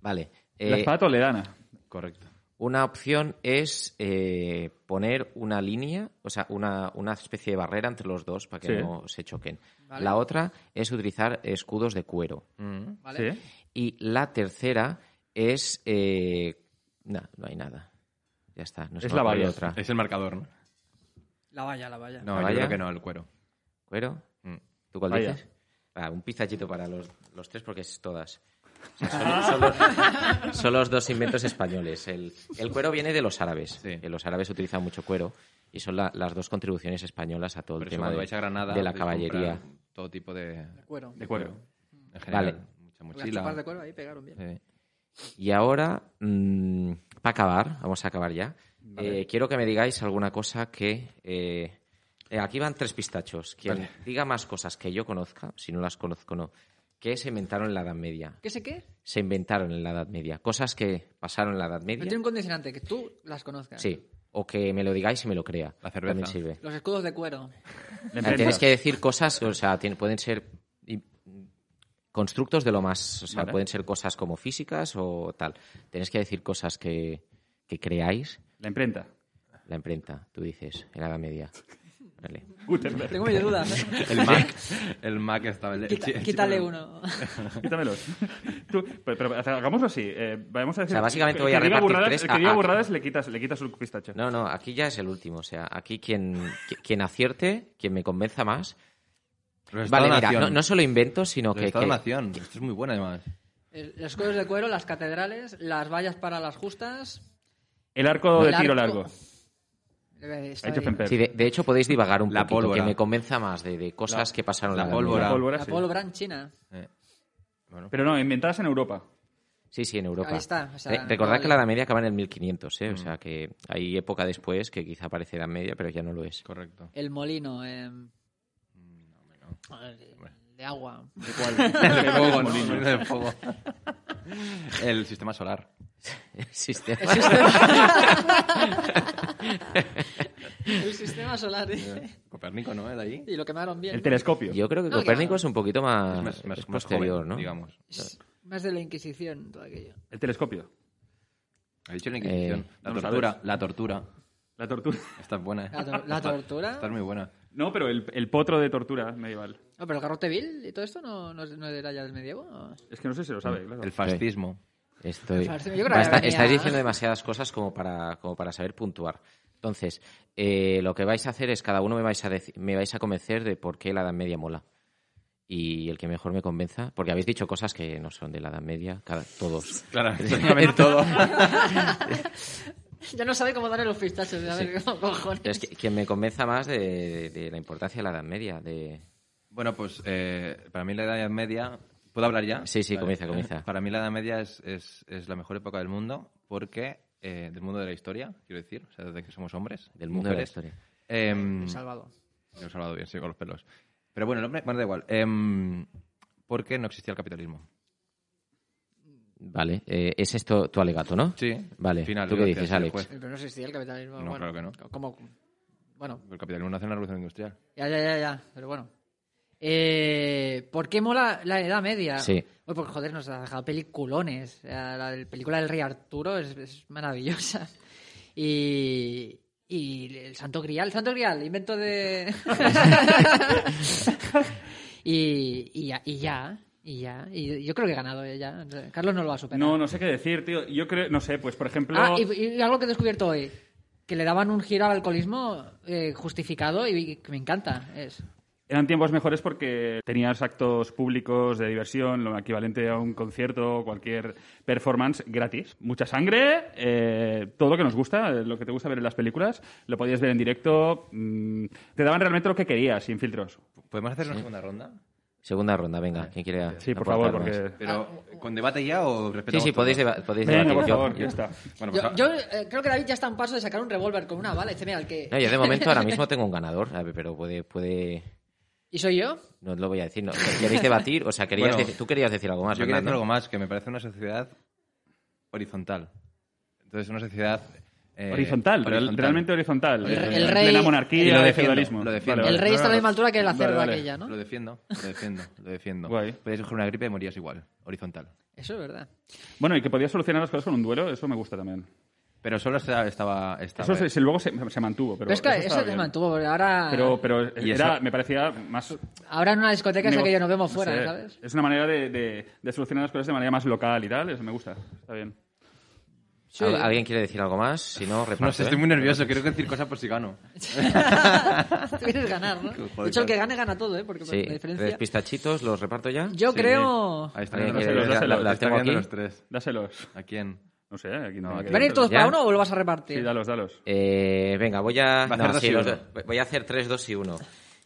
Vale. La Eh, espada toledana. Correcto. Una opción es eh, poner una línea, o sea, una, una especie de barrera entre los dos para que Sí. no se choquen. Vale. La otra es utilizar escudos de cuero. Mm. ¿Vale? Sí. Y la tercera es... eh, no, no hay nada. Ya está. No se Es me la ocurre valla. otra. Es el marcador, ¿no? La valla, la valla. No, Ah. ¿La yo valla? creo que no, el cuero. ¿Cuero? Mm. ¿Tú cuál Vaya. dices? Ah, un pizallito para los, los tres porque es todas. O sea, son, son los, son los dos inventos españoles. El, el cuero viene de los árabes. Sí. que Los árabes utilizan mucho cuero y son la- las dos contribuciones españolas a todo Por el eso tema cuando de, vais a Granada. de la podéis comprar caballería. Todo tipo de. De cuero. De cuero. En general. Vale. Mucha Las chapas de mochila. cuero ahí pegaron bien. Sí. Y ahora, para acabar, vamos a acabar ya, eh, quiero que me digáis alguna cosa que... eh, eh, aquí van tres pistachos. Quien Vale. diga más cosas que yo conozca, si no las conozco no, que se inventaron en la Edad Media. ¿Qué sé qué? se inventaron en la Edad Media. Cosas que pasaron en la Edad Pero Media. tiene un condicionante, que tú las conozcas. Sí. O que me lo digáis y me lo crea. La cerveza. También sirve. Los escudos de cuero. La Ah, Tienes emprendas. que decir cosas, o sea, tien- pueden ser i- constructos de lo más. O sea, Vale. pueden ser cosas como físicas o tal. Tienes que decir cosas que, que creáis. La imprenta. La imprenta, tú dices, en la Edad Media. Vale. Gutenberg. Tengo mis dudas. ¿eh? El Mac. El Mac estaba. el- el Quita- chi- el quítale chip- uno. Quítamelos. Tú- pero, pero, o sea, hagámoslo así. eh, vamos a decir, O sea, básicamente el voy que a diga repartir burradas- tres El a- que diga a- burradas le quitas, le quitas un pistacho. No, no, aquí ya es el último. O sea, aquí quien, qui- quien acierte, quien me convenza más. Los Vale, Estados mira, Nación. no, no solo invento, sino Los que. Estados que- Nación. Esto es muy bueno, además. El- Los escudos de cuero, las catedrales, las vallas para las justas. El arco de El tiro arco. largo. eh, está Ha dicho ahí. Femper. Sí, de, de hecho podéis divagar un La poquito, pólvora. que me convenza más de, de cosas La- que pasaron la en Edad pólvora. Media. La pólvora, Ah, La sí. pólvora en China. Eh, Bueno, Pero no, inventadas en Europa. Sí, sí, en Europa. Ahí está, o sea, Re- recordad vale. que la Edad Media acaba en el 1500, Mm. ¿eh? o sea que hay época después que quizá parece Edad Media, pero ya no lo es. correcto. El molino. eh, Mm, eh, De agua. El fuego, ¿no? El fuego. El sistema solar. El sistema- El sistema solar. eh. Copérnico, ¿no? ¿Era ahí? Y lo quemaron bien. El telescopio. Yo creo que No, Copérnico claro. es un poquito más, Es más, más- Ah, es más posterior, joven, ¿no? digamos. Es más de la Inquisición, todo aquello. El telescopio. Ha dicho la Inquisición. Eh, la no lo tortura. sabes. La tortura. La tortura. Esta es buena. ¿eh? La tor- la tortura. Esta es muy buena. No, pero el, el potro de tortura medieval. No, Oh, pero el garrote vil y todo esto no, no, no era ya del medievo. ¿o? Es que no sé si lo sabe, claro. El fascismo. Estoy... Yo creo que Va, está- venía- Estáis diciendo demasiadas cosas como para, como para saber puntuar. Entonces, eh, lo que vais a hacer es cada uno me vais a, deci- me vais a convencer de por qué la Edad Media mola. Y el que mejor me convenza, porque habéis dicho cosas que no son de la Edad Media, cada, todos. Claro, exactamente todo. Ya no sabe cómo darle los pistachos. A ver, ¿cómo cojones? Es que, quien me convenza más de, de- de la importancia de la Edad Media. De... Bueno, pues eh, para mí la Edad Media... ¿Puedo hablar ya? Eh, Sí, sí, comienza, comienza. Para mí la Edad Media es, es- es la mejor época del mundo porque... eh, del mundo de la historia, quiero decir. O sea, desde que somos hombres. Del mundo de la mujeres. historia. Eh, Em, Salvado. Yo he hablado bien, sí, con los pelos. Pero bueno, el hombre, bueno, da igual. Em, porque no existía el capitalismo. Vale, eh, ese es esto tu alegato, ¿no? Sí. Vale, Final, ¿tú qué gracias, dices, sí, Alex? juez. Pero no existía el capitalismo. No, bueno, claro que no. Como, bueno, El capitalismo nace en la revolución industrial. ya, ya, ya, ya. Pero bueno. Eh, ¿Por qué mola la Edad Media? Sí. Oye, porque joder, nos ha dejado peliculones. O sea, La del- película del Rey Arturo es, es maravillosa. Y. Y el Santo Grial. Santo Grial, invento de. y, y ya. Y ya. Y ya. Y yo creo que he ganado eh, ya. Carlos no lo va a superar. No, no sé qué decir, tío. Yo creo, no sé, pues por ejemplo. Ah, y, y algo que he descubierto hoy. Que le daban un giro al alcoholismo eh, justificado y que me encanta. Es. Eran tiempos mejores porque tenías actos públicos de diversión, lo equivalente a un concierto o cualquier performance gratis. Mucha sangre, eh, todo lo que nos gusta, eh, lo que te gusta ver en las películas, lo podías ver en directo. mm, te daban realmente lo que querías, sin filtros. ¿Podemos hacer una segunda ronda? Segunda ronda, venga. ¿Quién quiere Sí, por aportar favor, más? porque... Pero, Ah, ¿con debate ya o Sí, respetamos sí, todo? podéis, deba- podéis Venga, debatir. por Yo- favor, ya está. Bueno, pues, Yo, ah, yo, eh, creo que David ya está a un paso de sacar un revólver con una bala. Dice, mira, el que... No, yo de momento ahora mismo tengo un ganador, a ver, pero puede, puede... ¿Y soy yo? No os lo voy a decir. No. ¿Queréis debatir? O sea, querías Bueno, dec- tú querías decir algo más, Yo quería Fernando. decir algo más, que me parece una sociedad horizontal. Entonces, una sociedad... eh, horizontal, real- realmente horizontal. El- Eh, el rey- Plena Y monarquía, lo de defiendo, feudalismo. lo defiendo. El rey no, está no, a la misma altura que la vale, cerda vale. aquella, ¿no? Lo defiendo, lo defiendo, lo defiendo. Guay. Podías coger una gripe y morías igual, horizontal. Eso es verdad. Bueno, y que podías solucionar las cosas con un duelo, eso me gusta también. Pero solo estaba... estaba, estaba- Eso se, se- luego se, se mantuvo, pero, Pero es que eso, eso te te mantuvo, ah. porque ahora, Pero, pero Y era- eso- me parecía más... ahora en una discoteca es la que yo nos vemos no fuera, sé, ¿sabes? Es una manera de, de- de solucionar las cosas de manera más local y tal, eso me gusta, está bien. Sí. ¿Al- ¿Alguien quiere decir algo más? Si no, reparto, No sé, ¿eh? estoy muy nervioso, quiero decir cosas por si gano. Tú quieres ganar, ¿no? Joder, De hecho, el que gane gana todo, ¿eh? Porque Sí, la tres diferencia... pistachitos, los reparto ya. Yo Sí. creo... Ahí están Alguien los, quiere- los- Eh, la- los- la está tengo viendo aquí. los tres. Dáselos. ¿A quién? No sé, aquí No, no. aquí- ¿Van a ir todos ¿Ya? para uno o lo vas a repartir? Sí, dalos, dalos. Eh, venga, voy a... Va a no, hacer dos sí, y los uno. dos. voy a hacer tres, dos y uno.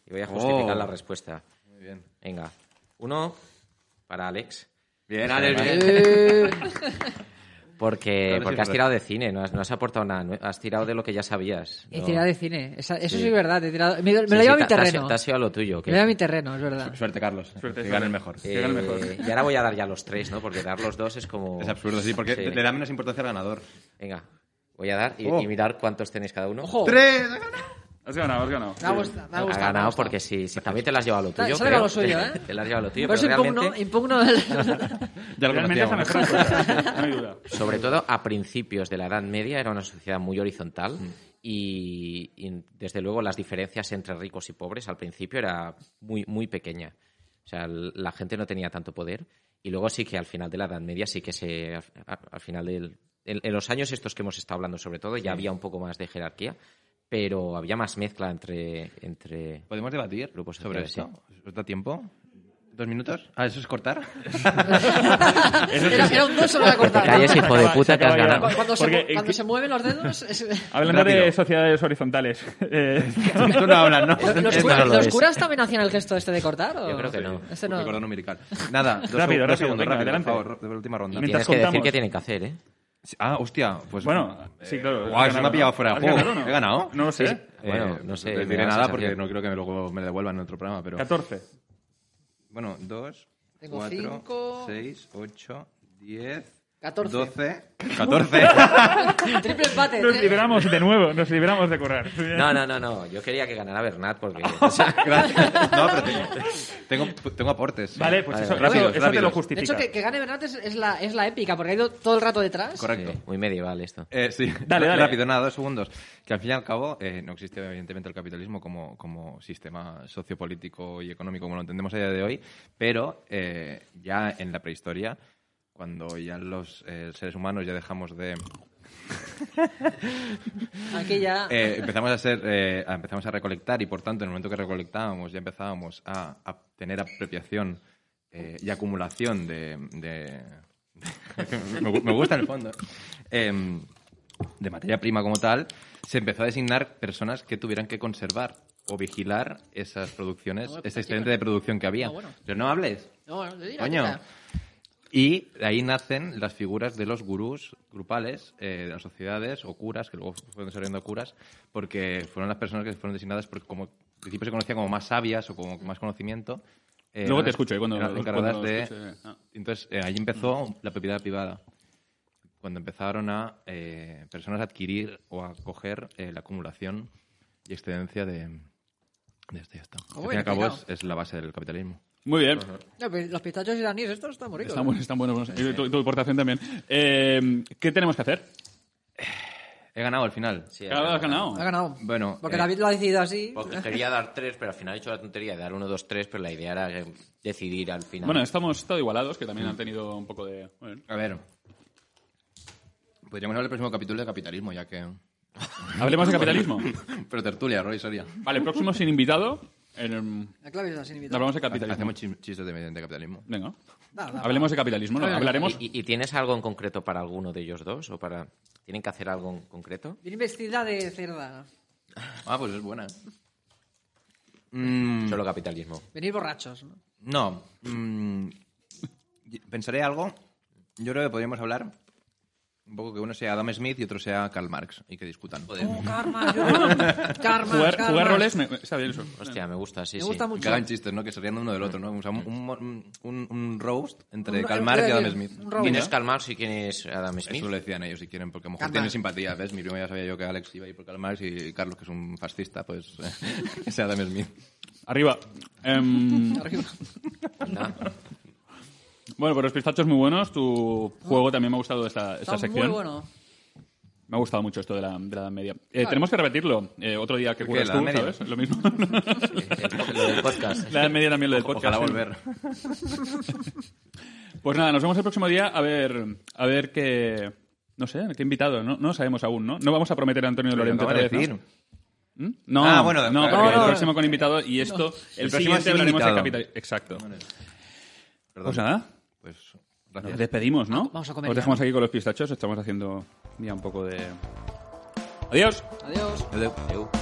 Y voy a justificar Oh. la respuesta. Muy bien. Venga, uno para Alex. Bien, Alex, bien. Eh, Porque, Ahora sí es porque has verdad. tirado de cine, no has, no has aportado nada, nue- has tirado de lo que ya sabías. He ¿no? tirado de cine. Esa- eso Sí. sí es verdad. He tirado... Me, me Sí, lo sí, llevo a mi te- te has- terreno. Te has ido a lo tuyo. que- Me lo llevo a mi terreno, es verdad. Suerte, Carlos. Suerte, que gane suerte. el mejor. Eh, Llega el mejor. Y ahora voy a dar ya los tres, ¿no? Porque dar los dos es como... Es absurdo, sí, porque Sí. le da menos importancia al ganador. Venga, voy a dar y, Oh. y mirar cuántos tenéis cada uno. ¡Ojo! ¡Tres! Has ganado, has ganado. Me ha gustado, me ha Ha gustado. me ha ganado gustado. porque si, si también te las has llevado a lo Está- tuyo. se le va creo. lo suyo, ¿eh? Te las has llevado a lo tuyo, Por pero eso impugno, realmente, impugno el- Ya lo Realmente es la conocíamos. mejor respuesta, no hay duda. sobre todo a principios de la Edad Media, era una sociedad muy horizontal Mm. y, y, desde luego las diferencias entre ricos y pobres al principio era muy, muy pequeña. O sea, l- la gente no tenía tanto poder y luego sí que al final de la Edad Media sí que se... al- a- al final del... En, en los años estos que hemos estado hablando sobre todo ya había un poco más de jerarquía, pero había más mezcla entre... entre ¿Podemos debatir Grupos sobre sociales, esto? ¿Os da tiempo? ¿Dos minutos? Ah, ¿eso es cortar? era, era un dos solo de cortar. Calla ese hijo de acaba- puta se que has acaba ya. ganado. Cu- Cuando, se, Ah. Porque- mu- cuando se mueven los dedos, es- Hablando de Rápido. sociedades horizontales. eh, Tú no hablas, ¿no? ¿Los, Esto curas, no lo los es. curas también hacían el gesto este de cortar? ¿o? Yo creo que no. Este Un no. Recordón numérical. Nada, dos, seg- Rápido, rápido, dos segundos, venga, rápido, adelante. por favor, de la última ronda. Y Mientras Tienes que decir contamos. qué tienen que hacer, ¿eh? Ah, hostia, pues... Bueno, sí, claro. Guau, se has me ha ganado. pillado fuera de ¿Has juego. ganado o no? ¿He ganado? No lo sé. Bueno, Eh, no sé. Les me diré da la nada porque sensación. no creo que me luego me devuelvan en otro programa, pero... 14. Bueno, 2, Tengo 4, cinco. 6, 8, 10, 14. 12, 14. Triple empate. ¿eh? Nos tres. liberamos de nuevo, nos liberamos de correr. No, no, no, no. Yo quería que ganara Bernat porque. Gracias. No, pero tengo, tengo, tengo aportes. Eh, Vale, pues Vale, eso, vale. eso- Rápidos, eso te lo rápidos. De hecho, justifica. que, que gane Bernat es, es la, es la épica, porque ha ido todo el rato detrás. Correcto. Sí, muy medieval esto. Eh, sí, Dale, dale. rápido, nada, dos segundos. Que al fin y al cabo eh, no existe evidentemente el capitalismo como, como sistema sociopolítico y económico como lo entendemos a día de hoy, pero eh, ya en la prehistoria, cuando ya los eh, seres humanos ya dejamos de... Aquí ya. eh, empezamos a ser eh, a- empezamos a recolectar y por tanto en el momento que recolectábamos ya empezábamos a, a tener apropiación eh, y acumulación de, de- me, gu- me gusta en el fondo Em, de materia prima como tal se empezó a designar personas que tuvieran que conservar o vigilar esas producciones Ah, bueno, ese pues, excedente chica. de producción que había Ah, bueno. pero no hables No, no, mira, Coño. mira. Y de ahí nacen las figuras de los gurús grupales eh, de las sociedades o curas, que luego fueron desarrollando curas, porque fueron las personas que fueron designadas porque como al principio se conocían como más sabias o como con más conocimiento. eh, eran Luego te las- escucho, ¿eh? cuando- eran las encargadas cuando de- escuche, ah. Entonces, eh, ahí empezó la propiedad privada. Cuando empezaron a eh, personas a adquirir o a coger eh, la acumulación y excedencia de, de esto y esto. Al fin y bien al cabo es, explicado. es la base del capitalismo. Muy bien. No, pero los pistachos y el anís, estos están muy ricos. ¿eh? Están, bu- están buenos. Y tu, tu aportación también. Eh, ¿Qué tenemos que hacer? He ganado al final. Sí, Claro, has ganado. Ha ganado. Bueno, Porque eh, David lo ha decidido así. Porque quería dar tres, pero al final he hecho la tontería de dar uno, dos, tres, pero la idea era eh, decidir al final. Bueno, estamos estado igualados, que también han tenido un poco de... bueno. A ver. Podríamos hablar el próximo capítulo de capitalismo, ya que. Hablemos de capitalismo. Pero tertulia, Roy, sería. Vale, próximo sin invitado. en- La clave es así, invitado. hablamos de capitalismo. Hacemos chi- chistes de, de capitalismo. Venga. Da, da. Hablemos de capitalismo. ¿no? Hablaremos... ¿Y, y- y tienes algo en concreto para alguno de ellos dos? ¿O para tienen que hacer algo en concreto? Viene vestida de cerda. Ah, pues es buena. Mm, Solo capitalismo. Venir borrachos, ¿no? No. mm, y- pensaré algo. Yo creo que podríamos hablar un poco que uno sea Adam Smith y otro sea Karl Marx y que discutan. Oh, karma, yo- karma, Jugar, karma. jugar roles me, me- está bien eso. Hostia, me gusta, sí, Me sí. gusta Y mucho. que hagan chistes, ¿no? Que serían uno del otro, ¿no? O sea, un, un- un- un roast entre Un- Karl Marx y Adam un- Smith. un ¿eh? roast. ¿Quién Mira. es Karl Marx y quién es Adam Smith? Eso lo decían ellos si quieren, porque a lo mejor Karl tienen Marx. simpatía, ¿ves? Mi primo ya sabía yo que Alex iba a ir por Karl Marx y Carlos, que es un fascista, pues que sea Adam Smith. Arriba. Em, Arriba. Anda. bueno, pues los pistachos muy buenos. Tu Ah. juego también me ha gustado esta, esta Está sección. muy bueno. Me ha gustado mucho esto de la, de la Edad media. Eh, Tenemos que repetirlo eh, otro día que ¿Qué, juegues la Edad tú, Media? ¿sabes? Lo mismo. El- Lo del podcast. la Edad media también lo del podcast. Ojalá ¿eh? volver. Pues nada, nos vemos el próximo día a ver, a ver qué. No sé, qué invitado. No, no lo sabemos aún, ¿no? No vamos a prometer a Antonio Lo Lorente acabas otra de vez, ¿no? decir. ¿Mm? No, Ah, bueno, no, claro, porque no, el no. próximo con invitado y esto, el, El próximo siguiente sin hablaremos de invitado. capital. Exacto. Perdón. Pues nada, Pues nos gracias. despedimos, ¿no? Ah, Vamos a comer Os ya. dejamos aquí con los pistachos, estamos haciendo ya un poco de. Adiós. Adiós. Adeu. Eu.